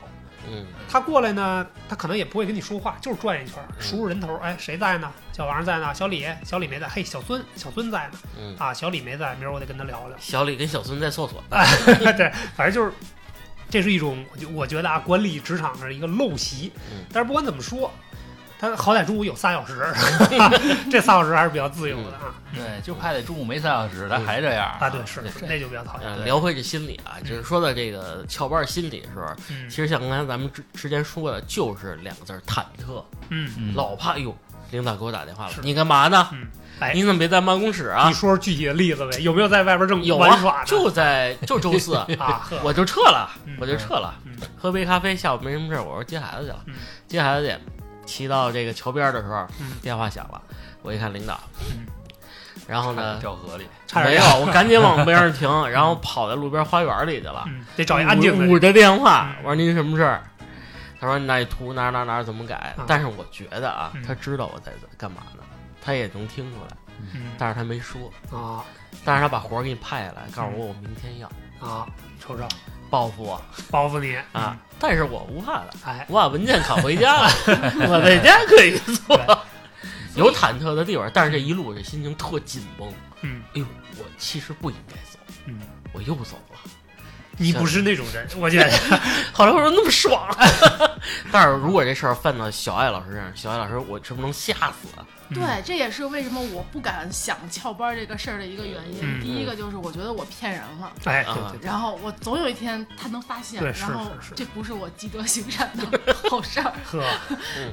[SPEAKER 2] 嗯
[SPEAKER 3] 他过来呢，他可能也不会跟你说话，就是转一圈儿，数数人头儿。哎，谁在呢？小王在呢？小李，小李没在。嘿，小孙，小孙在呢。
[SPEAKER 2] 嗯，
[SPEAKER 3] 啊，小李没在，明儿我得跟他聊聊。
[SPEAKER 2] 小李跟小孙在厕所。
[SPEAKER 3] [LAUGHS] 对，反正就是，这是一种我觉我觉得啊，管理职场的一个陋习
[SPEAKER 2] 嗯。
[SPEAKER 3] 但是不管怎么说，他好歹中午有仨
[SPEAKER 2] [LAUGHS]
[SPEAKER 3] 小时，这仨小时还是比较自由的啊。
[SPEAKER 4] 对，就怕得中午没三小时，他
[SPEAKER 2] 嗯
[SPEAKER 4] 还这样
[SPEAKER 3] 啊，对，是
[SPEAKER 4] 这
[SPEAKER 3] 那就比较讨厌。
[SPEAKER 2] 呃，聊回这心理啊，就是说到这个翘班心理的时候，
[SPEAKER 3] 嗯
[SPEAKER 2] 其实像刚才咱们之之前说的，就是两个字儿忐忑，
[SPEAKER 3] 嗯，
[SPEAKER 4] 嗯
[SPEAKER 2] 老怕哟，领导给我打电话了
[SPEAKER 3] 是，
[SPEAKER 2] 你干嘛呢
[SPEAKER 3] 嗯哎？
[SPEAKER 2] 你怎么没在办公室
[SPEAKER 3] 你
[SPEAKER 2] 啊？
[SPEAKER 3] 说说具体的例子呗？有没有在外边正
[SPEAKER 2] 有
[SPEAKER 3] 玩耍
[SPEAKER 2] 啊，
[SPEAKER 3] 呢？
[SPEAKER 2] 就在就周四，
[SPEAKER 3] 啊，呵
[SPEAKER 2] 我就撤了
[SPEAKER 3] 嗯，
[SPEAKER 2] 我就撤了
[SPEAKER 3] 嗯，
[SPEAKER 2] 喝杯咖啡，下午没什么事儿，我说接孩子去了
[SPEAKER 3] 嗯，
[SPEAKER 2] 接孩子去，骑到这个桥边儿的时候
[SPEAKER 3] 嗯，
[SPEAKER 2] 电话响了，我一看领导
[SPEAKER 3] 嗯，
[SPEAKER 2] 然后呢，
[SPEAKER 4] 掉河里，
[SPEAKER 3] 差
[SPEAKER 2] 没
[SPEAKER 3] 点
[SPEAKER 2] 有
[SPEAKER 3] 要，
[SPEAKER 2] 我赶紧往边上停，然后跑到路边花园里去了。
[SPEAKER 3] 嗯，得找一安静的
[SPEAKER 2] 捂
[SPEAKER 3] 人。
[SPEAKER 2] 着电话，
[SPEAKER 3] 嗯
[SPEAKER 2] 我说您什么事儿？他说你那图哪儿哪儿哪儿怎么改
[SPEAKER 3] 啊？
[SPEAKER 2] 但是我觉得啊
[SPEAKER 3] 嗯，
[SPEAKER 2] 他知道我在干嘛呢，他也能听出来，
[SPEAKER 3] 嗯
[SPEAKER 2] 但是他没说，
[SPEAKER 3] 啊
[SPEAKER 2] 但是他把活儿给你派下来，告
[SPEAKER 3] 嗯
[SPEAKER 2] 诉我我明天要
[SPEAKER 3] 啊，瞅瞅，
[SPEAKER 2] 报复我
[SPEAKER 3] 报复你！
[SPEAKER 2] 啊，但是我无怕的，
[SPEAKER 3] 哎，
[SPEAKER 2] 我把文件拷回家了， [LAUGHS] 我在家可以做，有忐忑的地方，但是这一路这心情特紧绷，
[SPEAKER 3] 嗯，
[SPEAKER 2] 哎呦，我其实不应该走，
[SPEAKER 3] 嗯，
[SPEAKER 2] 我又走了。
[SPEAKER 3] 你不是那种人，我觉得，
[SPEAKER 2] [LAUGHS] 后来我说那么爽，啊 [LAUGHS] 但是如果这事儿犯到小艾老师身上，小艾老师我是不是能吓死啊？
[SPEAKER 3] 嗯
[SPEAKER 5] 对，这也是为什么我不敢想翘班这个事儿的一个原因。
[SPEAKER 3] 嗯
[SPEAKER 5] 第一个就是我觉得我骗人了。
[SPEAKER 3] 哎，对
[SPEAKER 2] 啊
[SPEAKER 3] 对对，
[SPEAKER 5] 然后我总有一天他能发现，
[SPEAKER 3] 对是
[SPEAKER 5] 然后
[SPEAKER 3] 是是
[SPEAKER 5] 这不是我积德行善的 [LAUGHS] 好事儿。
[SPEAKER 3] 呵，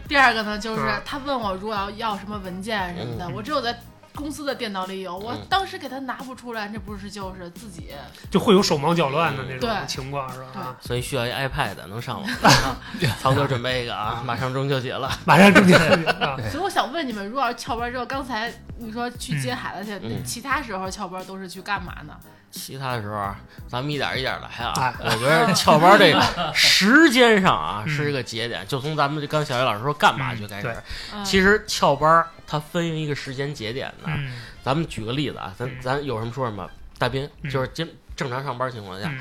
[SPEAKER 5] 第二个呢，就是
[SPEAKER 3] 嗯
[SPEAKER 5] 他问我如果要要什么文件什么的，
[SPEAKER 2] 嗯
[SPEAKER 5] 我只有在公司的电脑里有，我
[SPEAKER 2] 嗯
[SPEAKER 5] 当时给他拿不出来，这不是就是自己
[SPEAKER 3] 就会有手忙脚乱的那种
[SPEAKER 5] 对
[SPEAKER 3] 情况，是吧？啊
[SPEAKER 2] 所以需要一 iPad 能
[SPEAKER 3] [LAUGHS]
[SPEAKER 2] 上网。曹哥准备一个啊，马上中秋节了，
[SPEAKER 3] 马上中秋节
[SPEAKER 2] [LAUGHS]
[SPEAKER 3] 啊，
[SPEAKER 5] 所以我想问你们，如果要是翘班之后，刚才你说去接孩子去，
[SPEAKER 2] 嗯
[SPEAKER 5] 其他时候翘班都是去干嘛呢？
[SPEAKER 2] 其他的时候啊咱们一点一点来啊
[SPEAKER 3] 哎。
[SPEAKER 2] 我觉得翘班这
[SPEAKER 3] [LAUGHS]
[SPEAKER 2] 个时间上啊
[SPEAKER 3] 嗯
[SPEAKER 2] 是一个节点，就从咱们刚小学老师说干嘛去开始
[SPEAKER 3] 嗯。
[SPEAKER 5] 嗯、
[SPEAKER 2] 其实翘班儿它分一个时间节点的，
[SPEAKER 3] 嗯
[SPEAKER 2] 咱们举个例子啊，咱
[SPEAKER 3] 嗯
[SPEAKER 2] 咱有什么说什么。大斌
[SPEAKER 3] 嗯
[SPEAKER 2] 就是今正常上班情况下，
[SPEAKER 3] 嗯，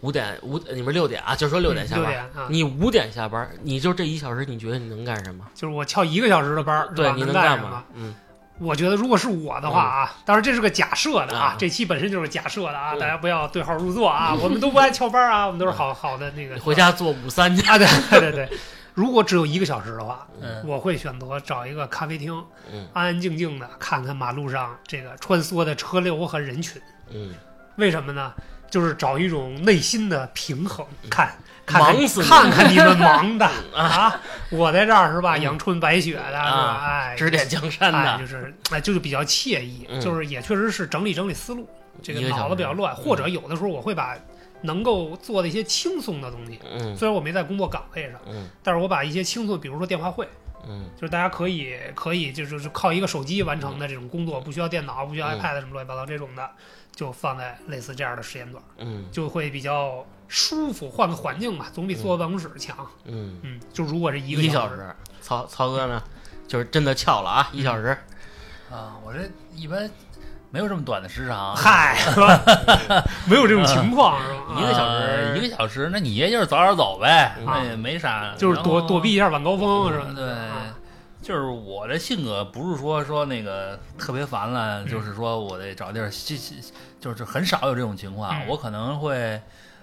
[SPEAKER 2] 五点五你们六点啊，就说六点下
[SPEAKER 3] 六
[SPEAKER 2] 班，
[SPEAKER 3] 点啊，
[SPEAKER 2] 你五点下班，你就这一小时，你觉得你能干什么？
[SPEAKER 3] 就是我翘一个小时的班儿，是
[SPEAKER 2] 对
[SPEAKER 3] 吧，
[SPEAKER 2] 你
[SPEAKER 3] 能
[SPEAKER 2] 干
[SPEAKER 3] 什么
[SPEAKER 2] 嘛？？嗯，
[SPEAKER 3] 我觉得如果是我的话啊，当然这是个假设的啊
[SPEAKER 2] 啊，
[SPEAKER 3] 这期本身就是假设的啊，
[SPEAKER 2] 嗯
[SPEAKER 3] 大家不要对号入座啊，我们都不爱翘班啊，我们都是好好的那个
[SPEAKER 2] 你嗯回家做午餐去。
[SPEAKER 3] 啊，对 [LAUGHS] 对对。如果只有一个小时的话，
[SPEAKER 4] 嗯
[SPEAKER 3] 我会选择找一个咖啡厅，
[SPEAKER 2] 嗯
[SPEAKER 3] 安安静静的看看马路上这个穿梭的车流和人群。
[SPEAKER 2] 嗯，
[SPEAKER 3] 为什么呢？就是找一种内心的平衡，看。看看
[SPEAKER 2] 嗯忙死你
[SPEAKER 3] 看看你们
[SPEAKER 2] [LAUGHS]
[SPEAKER 3] 忙的啊！我在这儿是吧？阳春白雪的是吧？
[SPEAKER 2] 嗯啊
[SPEAKER 3] 哎，
[SPEAKER 2] 指点江山
[SPEAKER 3] 哎，
[SPEAKER 2] 的
[SPEAKER 3] 就是哎，就是比较惬意，
[SPEAKER 2] 嗯
[SPEAKER 3] 就是也确实是整理整理思路，这个
[SPEAKER 2] 一个小
[SPEAKER 3] 脑
[SPEAKER 2] 时
[SPEAKER 3] 子比较乱，或者有的时候我会把能够做的一些轻松的东西，
[SPEAKER 2] 嗯
[SPEAKER 3] 虽然我没在工作岗位上，
[SPEAKER 2] 嗯
[SPEAKER 3] 但是我把一些轻松，比如说电话会，
[SPEAKER 2] 嗯
[SPEAKER 3] 就是大家可以可以就就是靠一个手机完成的这种工作，不需要电脑，不需要
[SPEAKER 2] 嗯
[SPEAKER 3] iPad 什么乱七八糟这种的，就放在类似这样的时间段，
[SPEAKER 2] 嗯
[SPEAKER 3] 就会比较舒服，换个环境吧，总比坐办公室强。
[SPEAKER 2] 嗯，
[SPEAKER 3] 嗯，就如果是一
[SPEAKER 2] 一
[SPEAKER 3] 个
[SPEAKER 2] 个小
[SPEAKER 3] 时，嗯
[SPEAKER 2] 时。曹曹哥呢，就是真的翘了啊，一小时。
[SPEAKER 4] 啊，我这一般没有这么短的时长。
[SPEAKER 3] 嗨， [LAUGHS] 没有这种情况是吧？啊
[SPEAKER 2] 一个小时
[SPEAKER 4] 呃一个小时，那你也就是早点走呗，
[SPEAKER 2] 嗯
[SPEAKER 4] 那也没啥，
[SPEAKER 3] 就是躲
[SPEAKER 4] 然后
[SPEAKER 3] 躲避一下晚高峰是吧？
[SPEAKER 4] 对
[SPEAKER 3] 啊，
[SPEAKER 4] 就是我这性格不是说说那个特别烦了，就是说我得找地儿歇歇，就是很少有这种情况。
[SPEAKER 3] 嗯
[SPEAKER 4] 我可能会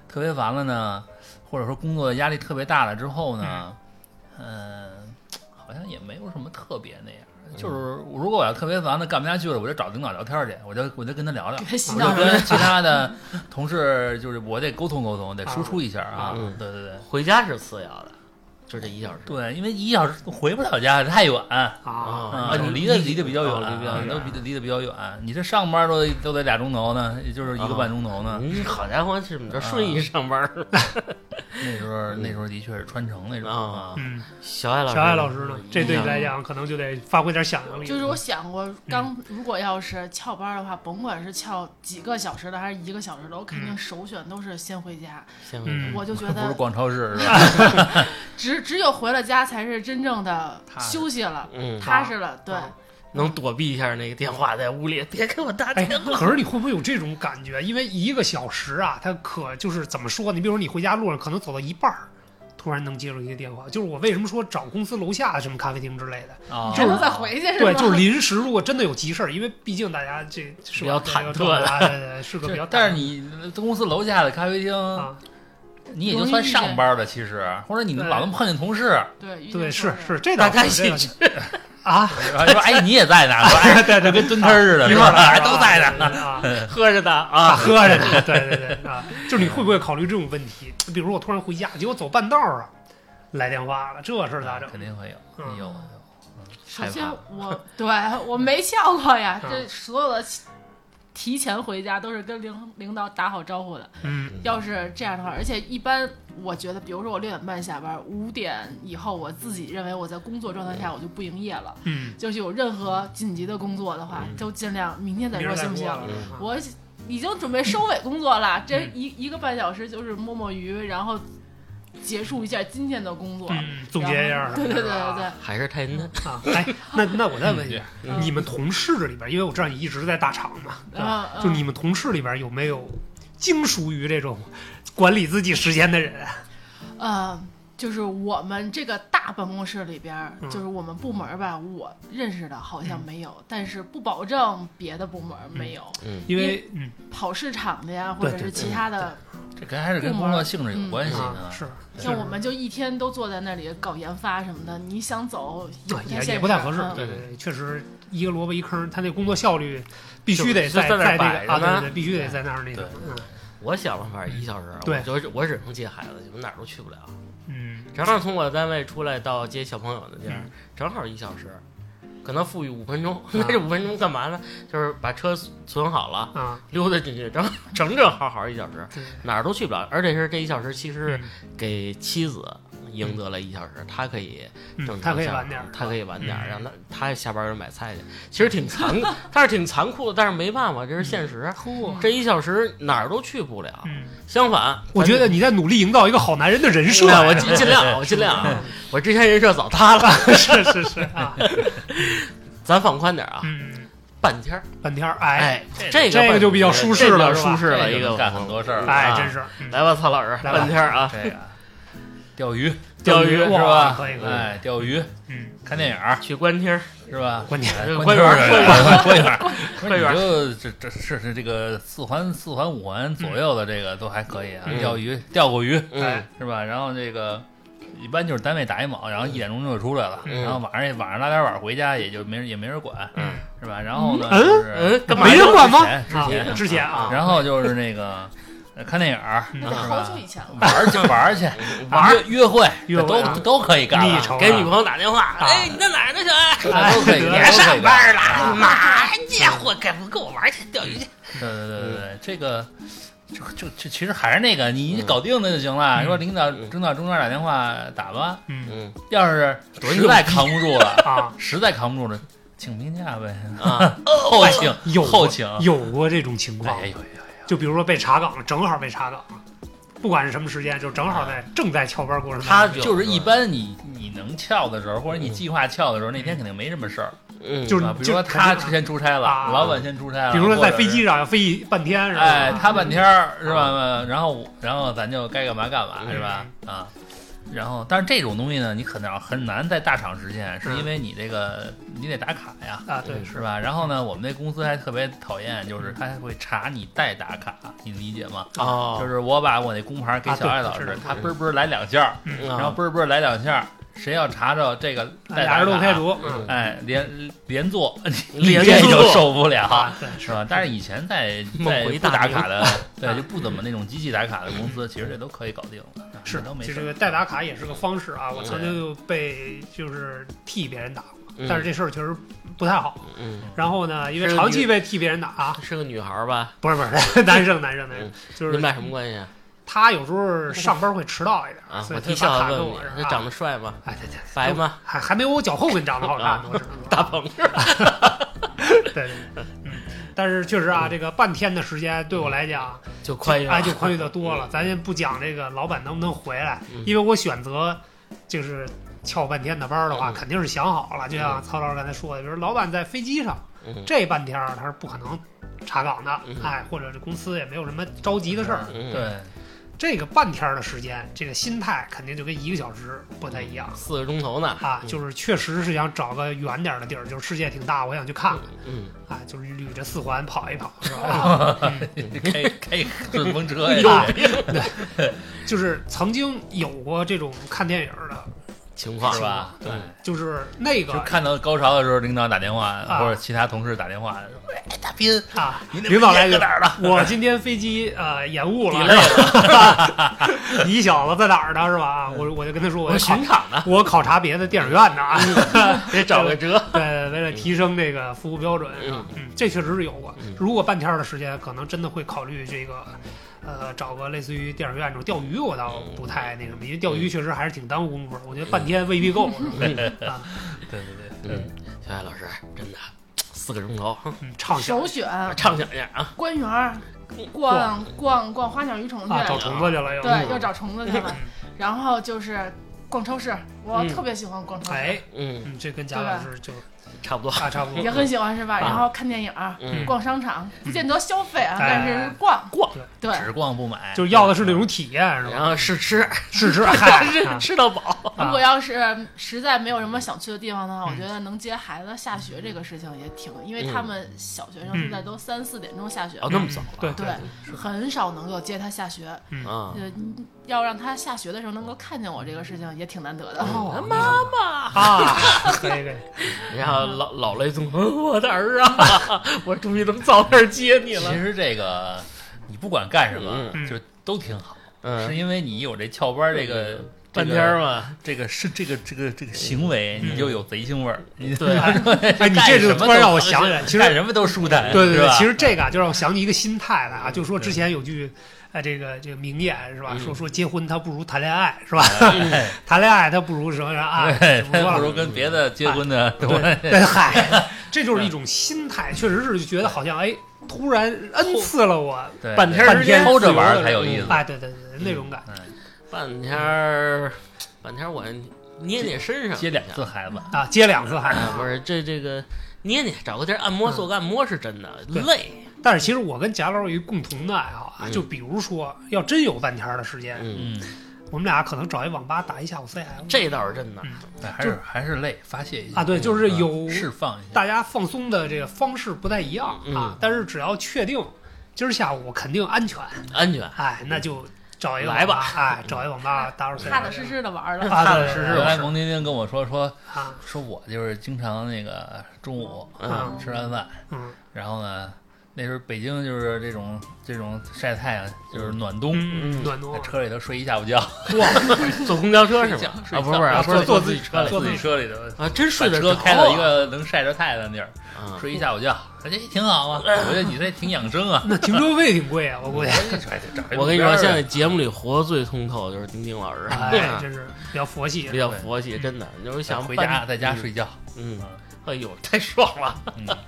[SPEAKER 4] 特别烦了呢，或者说工作的压力特别大了之后呢，嗯、好像也没有什么特别那样。就是如果我要特别烦了，干不下去了，我就找领导聊天去，我就我就跟他聊聊
[SPEAKER 5] 给，他洗
[SPEAKER 4] 我
[SPEAKER 5] 脑
[SPEAKER 4] 就跟其他的同事，就是我得沟通沟通，得输出一下啊，
[SPEAKER 2] 嗯
[SPEAKER 4] 对对对。
[SPEAKER 2] 回家是次要的，就这一小时。
[SPEAKER 4] 对，因为一小时回不了家，太远
[SPEAKER 3] 啊，
[SPEAKER 4] 啊，
[SPEAKER 2] 你
[SPEAKER 4] 你离得
[SPEAKER 2] 你
[SPEAKER 4] 离得比较远，
[SPEAKER 2] 哦离比较
[SPEAKER 4] 啊
[SPEAKER 2] 远
[SPEAKER 4] 都离得离得比较远。你这上班都得都得俩钟头呢，也就是一个
[SPEAKER 2] 啊
[SPEAKER 4] 半钟头呢。 [LAUGHS]
[SPEAKER 2] 你好家伙，是怎么着
[SPEAKER 4] 啊
[SPEAKER 2] 顺义上班儿？
[SPEAKER 4] 那时候那时候的确是穿城那种
[SPEAKER 2] 啊
[SPEAKER 4] 啊，
[SPEAKER 3] 嗯，
[SPEAKER 2] 小艾老师，
[SPEAKER 3] 小艾老师呢，这对你
[SPEAKER 2] 嗯
[SPEAKER 3] 来讲可能就得发挥点想象力。
[SPEAKER 5] 就是我想
[SPEAKER 3] 嗯
[SPEAKER 5] 过，刚如果要是翘班的话，甭管是翘几个小时的还是一个小时的，我肯定首选都是先回家。
[SPEAKER 2] 先回
[SPEAKER 3] 嗯
[SPEAKER 5] 我就觉
[SPEAKER 4] [LAUGHS] 不是
[SPEAKER 5] 得
[SPEAKER 4] 逛超市是吧？
[SPEAKER 5] 只只有回了家才是真正的
[SPEAKER 4] 踏实
[SPEAKER 5] 休息了，
[SPEAKER 2] 嗯，
[SPEAKER 5] 踏实了。对，
[SPEAKER 3] 啊
[SPEAKER 2] 能躲避一下那个电话，在屋里别给我 [LAUGHS] 打
[SPEAKER 3] 哎
[SPEAKER 2] 电，话。
[SPEAKER 3] 可是你会不会有这种感觉？因为一个小时啊，它可就是怎么说呢？你比如说你回家路上可能走到一半儿，突然能接到一个电话，就是我为什么说找公司楼下什么咖啡厅之类的？[LAUGHS]
[SPEAKER 4] 啊，
[SPEAKER 5] 还能再回去是
[SPEAKER 3] 对
[SPEAKER 5] 吧？，
[SPEAKER 3] 就是临时，如果真的有急事儿，因为毕竟大家这是
[SPEAKER 2] 比较
[SPEAKER 3] 吧这
[SPEAKER 2] 忐
[SPEAKER 3] 个
[SPEAKER 2] 忑
[SPEAKER 3] 状态啊，对
[SPEAKER 2] [LAUGHS]
[SPEAKER 3] 对是个比较忐
[SPEAKER 4] 就
[SPEAKER 3] 忑。
[SPEAKER 4] 但是你公司楼下的咖啡厅，
[SPEAKER 3] 啊，
[SPEAKER 4] 你也就算上班了，其实，或者你
[SPEAKER 3] 对
[SPEAKER 4] 老能碰见同事，
[SPEAKER 5] 对，遇见
[SPEAKER 3] 对，
[SPEAKER 5] 事
[SPEAKER 3] 是
[SPEAKER 5] 儿
[SPEAKER 3] 是这
[SPEAKER 2] 大
[SPEAKER 3] 倒
[SPEAKER 2] 家一
[SPEAKER 3] 是这
[SPEAKER 2] 起
[SPEAKER 3] 倒是
[SPEAKER 2] 去， [LAUGHS]
[SPEAKER 3] 啊，
[SPEAKER 4] 说哎你也在呢，说哎
[SPEAKER 3] 对对
[SPEAKER 4] 就
[SPEAKER 3] 对，
[SPEAKER 4] 跟蹲坑似的，
[SPEAKER 3] 一
[SPEAKER 4] 是
[SPEAKER 3] 块儿
[SPEAKER 4] 吧？
[SPEAKER 3] 来
[SPEAKER 4] 哎
[SPEAKER 3] 是吧
[SPEAKER 4] 都在呢。
[SPEAKER 3] 对对对啊。
[SPEAKER 2] 喝着的
[SPEAKER 3] 啊，
[SPEAKER 2] 啊，
[SPEAKER 3] 喝着呢，对对对啊，就是你会不会考虑这种问题？比如说我突然回家，结果走半道儿啊，来电话了，这事儿咋整？
[SPEAKER 2] 啊
[SPEAKER 4] 肯定会有，
[SPEAKER 3] 嗯
[SPEAKER 4] 有有。
[SPEAKER 5] 首
[SPEAKER 2] 害
[SPEAKER 5] 先
[SPEAKER 2] 怕
[SPEAKER 5] 我对我没翘过呀，
[SPEAKER 3] 嗯
[SPEAKER 5] 这所有的提前回家都是跟领领导打好招呼的。
[SPEAKER 3] 嗯
[SPEAKER 5] 要是这样的话，而且一般我觉得，比如说我六点半下班，五点以后我自己认为我在工作状态下我就不营业了，
[SPEAKER 3] 嗯，
[SPEAKER 5] 就是有任何紧急的工作的话
[SPEAKER 2] 嗯，
[SPEAKER 5] 都尽量明天再
[SPEAKER 3] 明
[SPEAKER 5] 说
[SPEAKER 3] 儿再
[SPEAKER 5] 行不行
[SPEAKER 3] 说？啊
[SPEAKER 2] 嗯
[SPEAKER 5] 我已经准备收尾工作了，这
[SPEAKER 3] 嗯
[SPEAKER 5] 一一个半小时就是摸摸鱼，然后结束一下今天的工作，
[SPEAKER 3] 嗯，总结一下
[SPEAKER 5] 然
[SPEAKER 3] 儿
[SPEAKER 5] 后
[SPEAKER 3] 啊，
[SPEAKER 5] 对对对对对
[SPEAKER 3] 啊。
[SPEAKER 2] [LAUGHS] 还是太嫩。
[SPEAKER 3] 啊，哎，那那我再问一下，
[SPEAKER 5] 嗯
[SPEAKER 3] 你们同事里边，因为我知道你一直在大厂嘛，对吧
[SPEAKER 5] 啊，
[SPEAKER 3] 就
[SPEAKER 5] 嗯
[SPEAKER 3] 你们同事里边有没有精熟于这种管理自己时间的人？
[SPEAKER 5] 呃，就是我们这个大办公室里边儿，
[SPEAKER 3] 嗯
[SPEAKER 5] 就是我们部门儿吧，我认识的好像没有，但是不保证别的部门儿没有。
[SPEAKER 2] 嗯
[SPEAKER 3] 因为嗯
[SPEAKER 5] 跑市场的呀，或
[SPEAKER 3] 对
[SPEAKER 5] 者
[SPEAKER 3] 对
[SPEAKER 5] 是其他的，
[SPEAKER 4] 这跟还是跟工作性质有关
[SPEAKER 2] 嗯
[SPEAKER 4] 系
[SPEAKER 3] 啊
[SPEAKER 4] 呢。
[SPEAKER 3] 是，
[SPEAKER 5] 嗯像我们就一天都坐在那里搞研发什么的，你想
[SPEAKER 3] 啊
[SPEAKER 5] 走太
[SPEAKER 3] 也
[SPEAKER 5] 现
[SPEAKER 3] 也不太
[SPEAKER 5] 实
[SPEAKER 3] 合适，
[SPEAKER 5] 嗯
[SPEAKER 3] 对对对，确实一个萝卜一坑，他那工作效率必须得
[SPEAKER 2] 就
[SPEAKER 3] 在
[SPEAKER 2] 就在那儿
[SPEAKER 3] 那
[SPEAKER 2] 摆
[SPEAKER 3] 个
[SPEAKER 2] 着
[SPEAKER 3] 啊，
[SPEAKER 2] 呢
[SPEAKER 3] 对对对，必须得在那儿那个
[SPEAKER 4] 对，
[SPEAKER 3] 嗯
[SPEAKER 2] 我想办法一小时，
[SPEAKER 3] 对
[SPEAKER 2] 我就是我只能接孩子去，我哪儿都去不了。
[SPEAKER 3] 嗯。
[SPEAKER 2] 正好从我单位出来到接小朋友的地儿
[SPEAKER 3] 嗯，
[SPEAKER 2] 正好一小时。可能富裕五分钟， [LAUGHS] 那这五分钟干嘛呢？就是把车存好了，
[SPEAKER 3] 啊，
[SPEAKER 2] 溜达进去，然后整整好好一小时，
[SPEAKER 3] 对，
[SPEAKER 2] 哪儿都去不了。而且是这一小时，其实
[SPEAKER 3] 嗯
[SPEAKER 2] 给妻子赢得了一小时，她可以正
[SPEAKER 3] 嗯，他
[SPEAKER 2] 常
[SPEAKER 3] 可以
[SPEAKER 2] 下
[SPEAKER 3] 晚点儿，
[SPEAKER 2] 她可以晚点儿，
[SPEAKER 3] 嗯
[SPEAKER 2] 让她她下班儿买菜去。其实挺残，但是挺残酷的，但是没办法，这是现实。
[SPEAKER 3] 嚯，
[SPEAKER 2] 这一小时哪儿都去不了，
[SPEAKER 3] 嗯，
[SPEAKER 2] 相反，
[SPEAKER 3] 我觉得你在努力营造一个好男人的人设
[SPEAKER 2] 那
[SPEAKER 3] 呀，
[SPEAKER 2] 我尽尽量，我尽量
[SPEAKER 5] [LAUGHS]
[SPEAKER 2] 啊，
[SPEAKER 3] 嗯
[SPEAKER 2] [LAUGHS] 我之前人设早塌了，
[SPEAKER 3] [LAUGHS] 是是是
[SPEAKER 4] [LAUGHS]
[SPEAKER 3] 啊，
[SPEAKER 2] 咱放宽点儿啊，
[SPEAKER 3] 嗯，
[SPEAKER 2] 半天儿，
[SPEAKER 3] 半天儿，哎，
[SPEAKER 2] 哎，这
[SPEAKER 4] 这
[SPEAKER 3] 这个就比较舒适了
[SPEAKER 2] 这比较
[SPEAKER 3] 是吧
[SPEAKER 2] 舒适了
[SPEAKER 4] 这
[SPEAKER 2] 一
[SPEAKER 4] 个
[SPEAKER 2] 个
[SPEAKER 4] 能干很多事儿
[SPEAKER 3] 哎，
[SPEAKER 2] 啊
[SPEAKER 3] 真是，嗯
[SPEAKER 2] 来吧，曹老师，
[SPEAKER 3] 来吧
[SPEAKER 2] 半天儿
[SPEAKER 4] [LAUGHS]
[SPEAKER 2] 啊，
[SPEAKER 4] 这个钓鱼
[SPEAKER 2] 钓鱼
[SPEAKER 4] 是
[SPEAKER 3] 哇
[SPEAKER 4] 吧？
[SPEAKER 3] 可以可以
[SPEAKER 4] 哎，钓鱼、
[SPEAKER 3] 嗯，
[SPEAKER 4] 看电影儿
[SPEAKER 2] 去官厅儿，
[SPEAKER 4] 是吧？
[SPEAKER 3] 关键
[SPEAKER 2] 这个
[SPEAKER 4] 关
[SPEAKER 2] 官员儿，官员儿，
[SPEAKER 4] 儿，官员儿， [LAUGHS]
[SPEAKER 2] 官员儿
[SPEAKER 4] 你就这这是是这个四环四环五环左右的这个都还可以啊，
[SPEAKER 2] 嗯
[SPEAKER 4] 钓鱼钓过鱼
[SPEAKER 3] 哎
[SPEAKER 2] 嗯，
[SPEAKER 4] 是吧？然后这个一般就是单位打一卯，然后一点钟就出来了，
[SPEAKER 2] 嗯
[SPEAKER 4] 然后晚上也晚上拉点晚回家也就没人也没人管，
[SPEAKER 2] 嗯
[SPEAKER 4] 是吧？然后呢，
[SPEAKER 3] 嗯
[SPEAKER 4] 就是
[SPEAKER 2] 嗯，干嘛
[SPEAKER 3] 没
[SPEAKER 2] 呀？
[SPEAKER 3] 人管吗？
[SPEAKER 4] 之前
[SPEAKER 3] 啊
[SPEAKER 2] 之前
[SPEAKER 3] 之前啊，
[SPEAKER 4] 然后就是那个呃看电影儿
[SPEAKER 3] 嗯
[SPEAKER 4] 是
[SPEAKER 5] 这好
[SPEAKER 4] 吧
[SPEAKER 5] 久？以前了，
[SPEAKER 4] 玩儿去玩 [LAUGHS] 儿去，
[SPEAKER 2] 玩儿
[SPEAKER 4] 约约会
[SPEAKER 3] 约会啊
[SPEAKER 4] 都都可以干
[SPEAKER 3] 你
[SPEAKER 4] 了，
[SPEAKER 3] 瞅
[SPEAKER 2] 给女朋友打电话，
[SPEAKER 3] 啊
[SPEAKER 2] 哎，你在哪儿呢，小爱？
[SPEAKER 4] 都可
[SPEAKER 3] [LAUGHS] 哎嗯
[SPEAKER 4] 以都可以
[SPEAKER 2] 别上班
[SPEAKER 4] 干
[SPEAKER 3] [LAUGHS]
[SPEAKER 2] 了，妈，这货跟不跟我玩儿去钓鱼去？
[SPEAKER 4] 对对对对对，这个这这这其实还是那个，你你搞定了就行了。
[SPEAKER 3] 嗯
[SPEAKER 4] 说领导
[SPEAKER 2] 嗯
[SPEAKER 4] 领导中间打电话打吧，
[SPEAKER 3] 嗯
[SPEAKER 2] 嗯
[SPEAKER 3] [LAUGHS]
[SPEAKER 4] 要是
[SPEAKER 2] 多牛
[SPEAKER 4] 实在扛不住了， [LAUGHS]
[SPEAKER 3] 啊，
[SPEAKER 4] 实在扛不住了，请病假
[SPEAKER 3] [LAUGHS]
[SPEAKER 4] 呗，
[SPEAKER 2] 啊，
[SPEAKER 4] 后请
[SPEAKER 3] 有过
[SPEAKER 4] 后请。
[SPEAKER 3] 哎有啊过这种情况
[SPEAKER 4] 哎，呦呦，
[SPEAKER 3] 就比如说被查岗了，正好被查岗了，不管是什么时间，就正好
[SPEAKER 4] 啊
[SPEAKER 3] 在正在翘班过程
[SPEAKER 2] 他
[SPEAKER 3] 当中，
[SPEAKER 4] 就是一般你啊嗯你能翘的时候，或者你计划翘的时候，那天肯定没什么事儿，
[SPEAKER 2] 嗯，
[SPEAKER 3] 嗯就是是
[SPEAKER 4] 吧？比如
[SPEAKER 3] 就
[SPEAKER 4] 说他先出差
[SPEAKER 3] 啊
[SPEAKER 4] 了，老板先出差了，
[SPEAKER 3] 比如说在飞
[SPEAKER 4] 或者
[SPEAKER 3] 机
[SPEAKER 4] 是。
[SPEAKER 3] 上要飞一半天，是吧？
[SPEAKER 4] 哎，他半天儿是
[SPEAKER 3] 啊
[SPEAKER 4] 吧？然后我然后咱就该干嘛干嘛
[SPEAKER 2] 嗯
[SPEAKER 4] 是吧？啊，然后但是这种东西呢，你可能很难在大厂实现，
[SPEAKER 3] 嗯
[SPEAKER 4] 是因为你这个你得打卡呀，
[SPEAKER 3] 啊，对，
[SPEAKER 4] 是吧？然后呢，我们那公司还特别讨厌，就是他还会查你代打卡，你理解吗？就
[SPEAKER 2] 哦，
[SPEAKER 4] 是我把我那工牌给小
[SPEAKER 3] 啊
[SPEAKER 4] 艾
[SPEAKER 3] 对
[SPEAKER 4] 老
[SPEAKER 3] 是的
[SPEAKER 4] 师
[SPEAKER 3] 是，的嗯
[SPEAKER 4] 他嘣儿嘣儿来两下儿，
[SPEAKER 2] 然
[SPEAKER 4] 然后嘣儿嘣儿来两下儿，谁要查着这个代
[SPEAKER 3] 哎俩
[SPEAKER 4] 打
[SPEAKER 3] 人都开
[SPEAKER 4] 卡，
[SPEAKER 3] 除，
[SPEAKER 2] 嗯
[SPEAKER 4] 哎，连连坐， [LAUGHS]
[SPEAKER 2] 连
[SPEAKER 4] 这
[SPEAKER 2] 坐
[SPEAKER 4] 就受不了。
[SPEAKER 3] 啊，对，
[SPEAKER 4] 是吧？但是以前在
[SPEAKER 2] 梦
[SPEAKER 4] 在
[SPEAKER 2] 回
[SPEAKER 4] 不
[SPEAKER 2] 大
[SPEAKER 4] 打
[SPEAKER 2] 明
[SPEAKER 4] 卡的，对，就不怎么那种机器打卡的公司，其实这都可以搞定了，啊
[SPEAKER 3] 是
[SPEAKER 4] 都没
[SPEAKER 3] 就
[SPEAKER 4] 事
[SPEAKER 3] 这
[SPEAKER 4] 儿。
[SPEAKER 3] 个代打卡也是个方式啊。我曾经就被就是替别人打过，
[SPEAKER 4] 嗯
[SPEAKER 3] 但是这事儿确实不太好。
[SPEAKER 2] 嗯，
[SPEAKER 3] 然后呢，因
[SPEAKER 2] 是
[SPEAKER 3] 为
[SPEAKER 2] 你
[SPEAKER 3] 长期被替别人打啊，
[SPEAKER 2] 是个女孩儿吧？
[SPEAKER 3] 不是不是， [LAUGHS] 男生男生男生
[SPEAKER 2] 嗯，
[SPEAKER 3] 就
[SPEAKER 2] 你
[SPEAKER 3] 是
[SPEAKER 2] 们俩什么关系啊？
[SPEAKER 3] 他有时候上班会迟到一点，
[SPEAKER 2] 啊，
[SPEAKER 3] 所以
[SPEAKER 2] 我
[SPEAKER 3] 他
[SPEAKER 2] 替
[SPEAKER 3] 就
[SPEAKER 2] 笑
[SPEAKER 3] 把
[SPEAKER 2] 笑
[SPEAKER 3] 卡
[SPEAKER 2] 问
[SPEAKER 3] 跟
[SPEAKER 2] 你
[SPEAKER 3] 我这，儿
[SPEAKER 2] 那
[SPEAKER 3] 啊
[SPEAKER 2] 长得帅吗？
[SPEAKER 3] 哎对对，
[SPEAKER 2] 白
[SPEAKER 3] [LAUGHS]
[SPEAKER 2] 吗？啊
[SPEAKER 3] 还还没有我脚后跟长得好看呢，我只能
[SPEAKER 2] [LAUGHS]
[SPEAKER 3] 说
[SPEAKER 2] 大鹏，
[SPEAKER 3] 对对，对嗯，但是确实啊，这个半天的时间对我来讲，
[SPEAKER 2] 就宽裕了，
[SPEAKER 3] 哎，就宽裕的多了。咱先不讲这个老板能不能回来
[SPEAKER 2] 嗯，
[SPEAKER 3] 因为我选择就是翘半天的班儿的话，
[SPEAKER 2] 嗯
[SPEAKER 3] 肯定是想好了。就像曹老师刚才说的，比如老板在飞机上
[SPEAKER 2] 嗯
[SPEAKER 3] 这半天儿他是不可能查岗的
[SPEAKER 2] 嗯，
[SPEAKER 3] 哎，或者这公司也没有什么着急的事儿。
[SPEAKER 2] 嗯
[SPEAKER 4] 对，
[SPEAKER 3] 这个半天儿的时间，这个心态肯定就跟一个小时不太一样。
[SPEAKER 2] 四个钟头呢
[SPEAKER 3] 啊，就是确实是想找个远点儿的地儿，就是世界挺大，我想去看看。
[SPEAKER 2] 嗯，
[SPEAKER 3] 啊，就是捋着四环跑一跑，是吧？嗯 [LAUGHS]
[SPEAKER 4] 开开顺风车
[SPEAKER 3] 有
[SPEAKER 4] 哎呀，这
[SPEAKER 3] [LAUGHS] 就是曾经有过这种看电影儿的，
[SPEAKER 2] 情况
[SPEAKER 4] 是？吧？
[SPEAKER 2] 对
[SPEAKER 4] 对，
[SPEAKER 3] 就是那
[SPEAKER 4] 就
[SPEAKER 3] 个
[SPEAKER 4] 看到高潮的时候，领导打电话
[SPEAKER 3] 啊
[SPEAKER 4] 或者其他同事打电话，说哎，大斌，
[SPEAKER 3] 啊，
[SPEAKER 4] 你那
[SPEAKER 3] 领导来
[SPEAKER 4] 烟
[SPEAKER 3] 就
[SPEAKER 4] 搁哪儿了？
[SPEAKER 3] 我今天飞机呃延误
[SPEAKER 2] 你累
[SPEAKER 3] 了， [LAUGHS] 你小子在哪儿呢？是吧？我我就跟他说，
[SPEAKER 2] 我
[SPEAKER 3] 我考
[SPEAKER 2] 巡场
[SPEAKER 3] [LAUGHS]
[SPEAKER 2] 呢，
[SPEAKER 3] 我考察别的电影院呢啊，
[SPEAKER 2] 得找个辙。
[SPEAKER 3] [LAUGHS] 对，为了提升这个服务标准
[SPEAKER 2] 嗯，
[SPEAKER 3] 嗯，这确实是有过
[SPEAKER 2] 嗯。
[SPEAKER 3] 如果半天儿的时间，可能真的会考虑这个，呃，找个类似于电影院这种钓鱼，我倒不太那什么，因为钓鱼确实还是挺耽误功夫的。我觉得半天未必够，是吧啊，
[SPEAKER 4] 对对对
[SPEAKER 2] 嗯，小艾老师，真的四个钟头，
[SPEAKER 3] 嗯，畅想
[SPEAKER 5] 首选
[SPEAKER 2] 畅想一下啊，
[SPEAKER 5] 官员儿逛逛逛花鸟鱼虫去，
[SPEAKER 3] 啊，找虫子去嗯了又。
[SPEAKER 5] 对，又找虫子去了。然后就是逛超市，我
[SPEAKER 2] 嗯
[SPEAKER 5] 特别喜欢逛超
[SPEAKER 3] 哎
[SPEAKER 5] 市，，
[SPEAKER 2] 嗯，
[SPEAKER 3] 嗯，这跟贾老师就
[SPEAKER 2] 差不多。
[SPEAKER 3] 啊差不多
[SPEAKER 5] 也。很喜欢是吧？然后看电影儿、
[SPEAKER 2] 嗯
[SPEAKER 5] 逛商场，不见得消费啊，
[SPEAKER 3] 哎
[SPEAKER 5] 但是逛
[SPEAKER 2] 逛
[SPEAKER 5] 对，
[SPEAKER 4] 只逛不买，
[SPEAKER 3] 就是要的是那种体验，是
[SPEAKER 2] 然
[SPEAKER 3] 吧？
[SPEAKER 2] 后试吃，
[SPEAKER 3] 试吃，嗯嗨，
[SPEAKER 2] [LAUGHS]
[SPEAKER 3] 啊
[SPEAKER 2] 吃到饱。
[SPEAKER 5] 如
[SPEAKER 3] 啊
[SPEAKER 5] 果要是实在没有什么想去的地方的话，我
[SPEAKER 3] 嗯
[SPEAKER 5] 觉得能接孩子下学这个事情也挺，因为
[SPEAKER 2] 嗯
[SPEAKER 5] 他们小学生现在都三四点钟下学
[SPEAKER 2] 哦，，那么早了？
[SPEAKER 3] 对
[SPEAKER 5] 对，很少能够接他下学。
[SPEAKER 3] 啊嗯
[SPEAKER 2] 啊，
[SPEAKER 5] 呃，要让他下学的时候能够看见我这个事情也挺难得的。
[SPEAKER 3] 哦
[SPEAKER 2] 妈妈。
[SPEAKER 3] 啊，可以可
[SPEAKER 4] [LAUGHS]
[SPEAKER 3] 以，
[SPEAKER 2] 然后老老泪纵横，嗯我的儿啊， [LAUGHS] 我终于能早点接你
[SPEAKER 4] 其
[SPEAKER 2] 了。
[SPEAKER 4] 实这个你不管干什么，
[SPEAKER 2] 嗯
[SPEAKER 3] 嗯
[SPEAKER 4] 就都挺好，
[SPEAKER 2] 嗯
[SPEAKER 3] 嗯
[SPEAKER 4] 是因为你有这翘班这个这
[SPEAKER 2] 半
[SPEAKER 4] 个
[SPEAKER 2] 天儿嘛，
[SPEAKER 4] 这个是这个这个这个行为，
[SPEAKER 3] 嗯
[SPEAKER 4] 你就有贼腥味儿。你 [LAUGHS]
[SPEAKER 2] 对，
[SPEAKER 3] 哎，你这就突然让我想起来，其实
[SPEAKER 4] 干什么都舒坦，
[SPEAKER 3] 对对
[SPEAKER 4] 是
[SPEAKER 3] 对，
[SPEAKER 4] 吧嗯
[SPEAKER 3] 其实这个啊就让我想起一个心态来啊，就说之前有句，呃，这个这个名言是吧？
[SPEAKER 2] 嗯
[SPEAKER 3] 说说结婚它不如谈恋爱是吧？ [LAUGHS]
[SPEAKER 4] 哎
[SPEAKER 3] 谈恋爱它不如什么啊？
[SPEAKER 4] 对，
[SPEAKER 3] 怎么说
[SPEAKER 4] 他
[SPEAKER 3] 了
[SPEAKER 4] 哎不如跟别的结婚的，对吧
[SPEAKER 3] 对，
[SPEAKER 4] [LAUGHS]
[SPEAKER 3] 嗨，这就是一种心态，确实是觉得好像哎，突然恩赐了我
[SPEAKER 4] 对
[SPEAKER 3] 半天儿时间
[SPEAKER 4] 偷着玩
[SPEAKER 3] 自由
[SPEAKER 4] 儿
[SPEAKER 3] 了
[SPEAKER 4] 才有意思。嗯
[SPEAKER 3] 哎，对对对，那种感
[SPEAKER 2] 半天儿，半天儿我捏捏身上，
[SPEAKER 4] 接两次孩子，
[SPEAKER 3] 啊，接两次还是
[SPEAKER 2] 哎，不是这这个捏捏，找个地儿按
[SPEAKER 4] 嗯
[SPEAKER 2] 摩做个按摩是真的
[SPEAKER 3] 对
[SPEAKER 2] 累，
[SPEAKER 3] 但是其实我跟贾老师有一共同的爱好啊，
[SPEAKER 2] 嗯
[SPEAKER 3] 就比如说要真有半天儿的时间，
[SPEAKER 2] 嗯，
[SPEAKER 4] 嗯，
[SPEAKER 3] 我们俩可能找一网吧打一下午 CM，
[SPEAKER 2] 这倒是真的
[SPEAKER 3] 嗯。
[SPEAKER 4] 但哎还是还是累，发泄一下
[SPEAKER 3] 啊对就是
[SPEAKER 4] 吧
[SPEAKER 3] 有
[SPEAKER 4] 释放一下。
[SPEAKER 3] 大家放松的这个方式不太一样啊
[SPEAKER 2] 嗯，
[SPEAKER 3] 但是只要确定今儿下午肯定安全，
[SPEAKER 4] 嗯
[SPEAKER 2] 安全，
[SPEAKER 3] 哎，那就找一个
[SPEAKER 2] 来吧
[SPEAKER 3] 网吧，哎，找一网吧打会儿 CM，
[SPEAKER 5] 踏踏实实的玩了。
[SPEAKER 3] 啊，
[SPEAKER 2] 踏
[SPEAKER 3] 对
[SPEAKER 2] 踏实实
[SPEAKER 3] 对
[SPEAKER 2] 是吧
[SPEAKER 3] 对对
[SPEAKER 4] 原来蒙丁丁跟我说说
[SPEAKER 3] 啊，
[SPEAKER 4] 说我就是经常那个中午
[SPEAKER 2] 嗯
[SPEAKER 4] 吃完饭，
[SPEAKER 3] 嗯
[SPEAKER 4] 然后呢，那时候北京就是这种这种晒太阳，就是暖冬，
[SPEAKER 3] 嗯，暖冬
[SPEAKER 4] 在，车里头睡一下午觉，
[SPEAKER 2] 坐公交车是吗？
[SPEAKER 4] 睡
[SPEAKER 2] 啊，
[SPEAKER 4] 觉
[SPEAKER 2] 不是不是，
[SPEAKER 4] 啊
[SPEAKER 2] 啊
[SPEAKER 4] 不是
[SPEAKER 3] 坐
[SPEAKER 4] 自己
[SPEAKER 3] 坐
[SPEAKER 4] 车里，
[SPEAKER 3] 坐
[SPEAKER 4] 自己
[SPEAKER 3] 自
[SPEAKER 4] 车里头，
[SPEAKER 2] 啊，真睡
[SPEAKER 4] 把
[SPEAKER 2] 得
[SPEAKER 4] 车
[SPEAKER 2] 着
[SPEAKER 4] 开到一
[SPEAKER 2] 啊
[SPEAKER 4] 个能晒着太阳的地儿，
[SPEAKER 2] 啊嗯
[SPEAKER 4] 睡一下午觉，我觉得挺好啊。我觉得你这挺养生
[SPEAKER 2] [LAUGHS]
[SPEAKER 4] 啊。哎
[SPEAKER 3] 那停车费挺贵啊，我
[SPEAKER 4] [LAUGHS]
[SPEAKER 3] 估计，
[SPEAKER 2] 我跟你说，现在
[SPEAKER 4] 在
[SPEAKER 2] 节目里活得最通透的就是丁丁老师，啊
[SPEAKER 3] 哎，真是比较佛系
[SPEAKER 2] 比，较佛系，真的。你就是想
[SPEAKER 4] 嗯回
[SPEAKER 2] 搬
[SPEAKER 4] 家，在家睡，觉，
[SPEAKER 2] 嗯，嗯哎呦，太爽了。 [LAUGHS]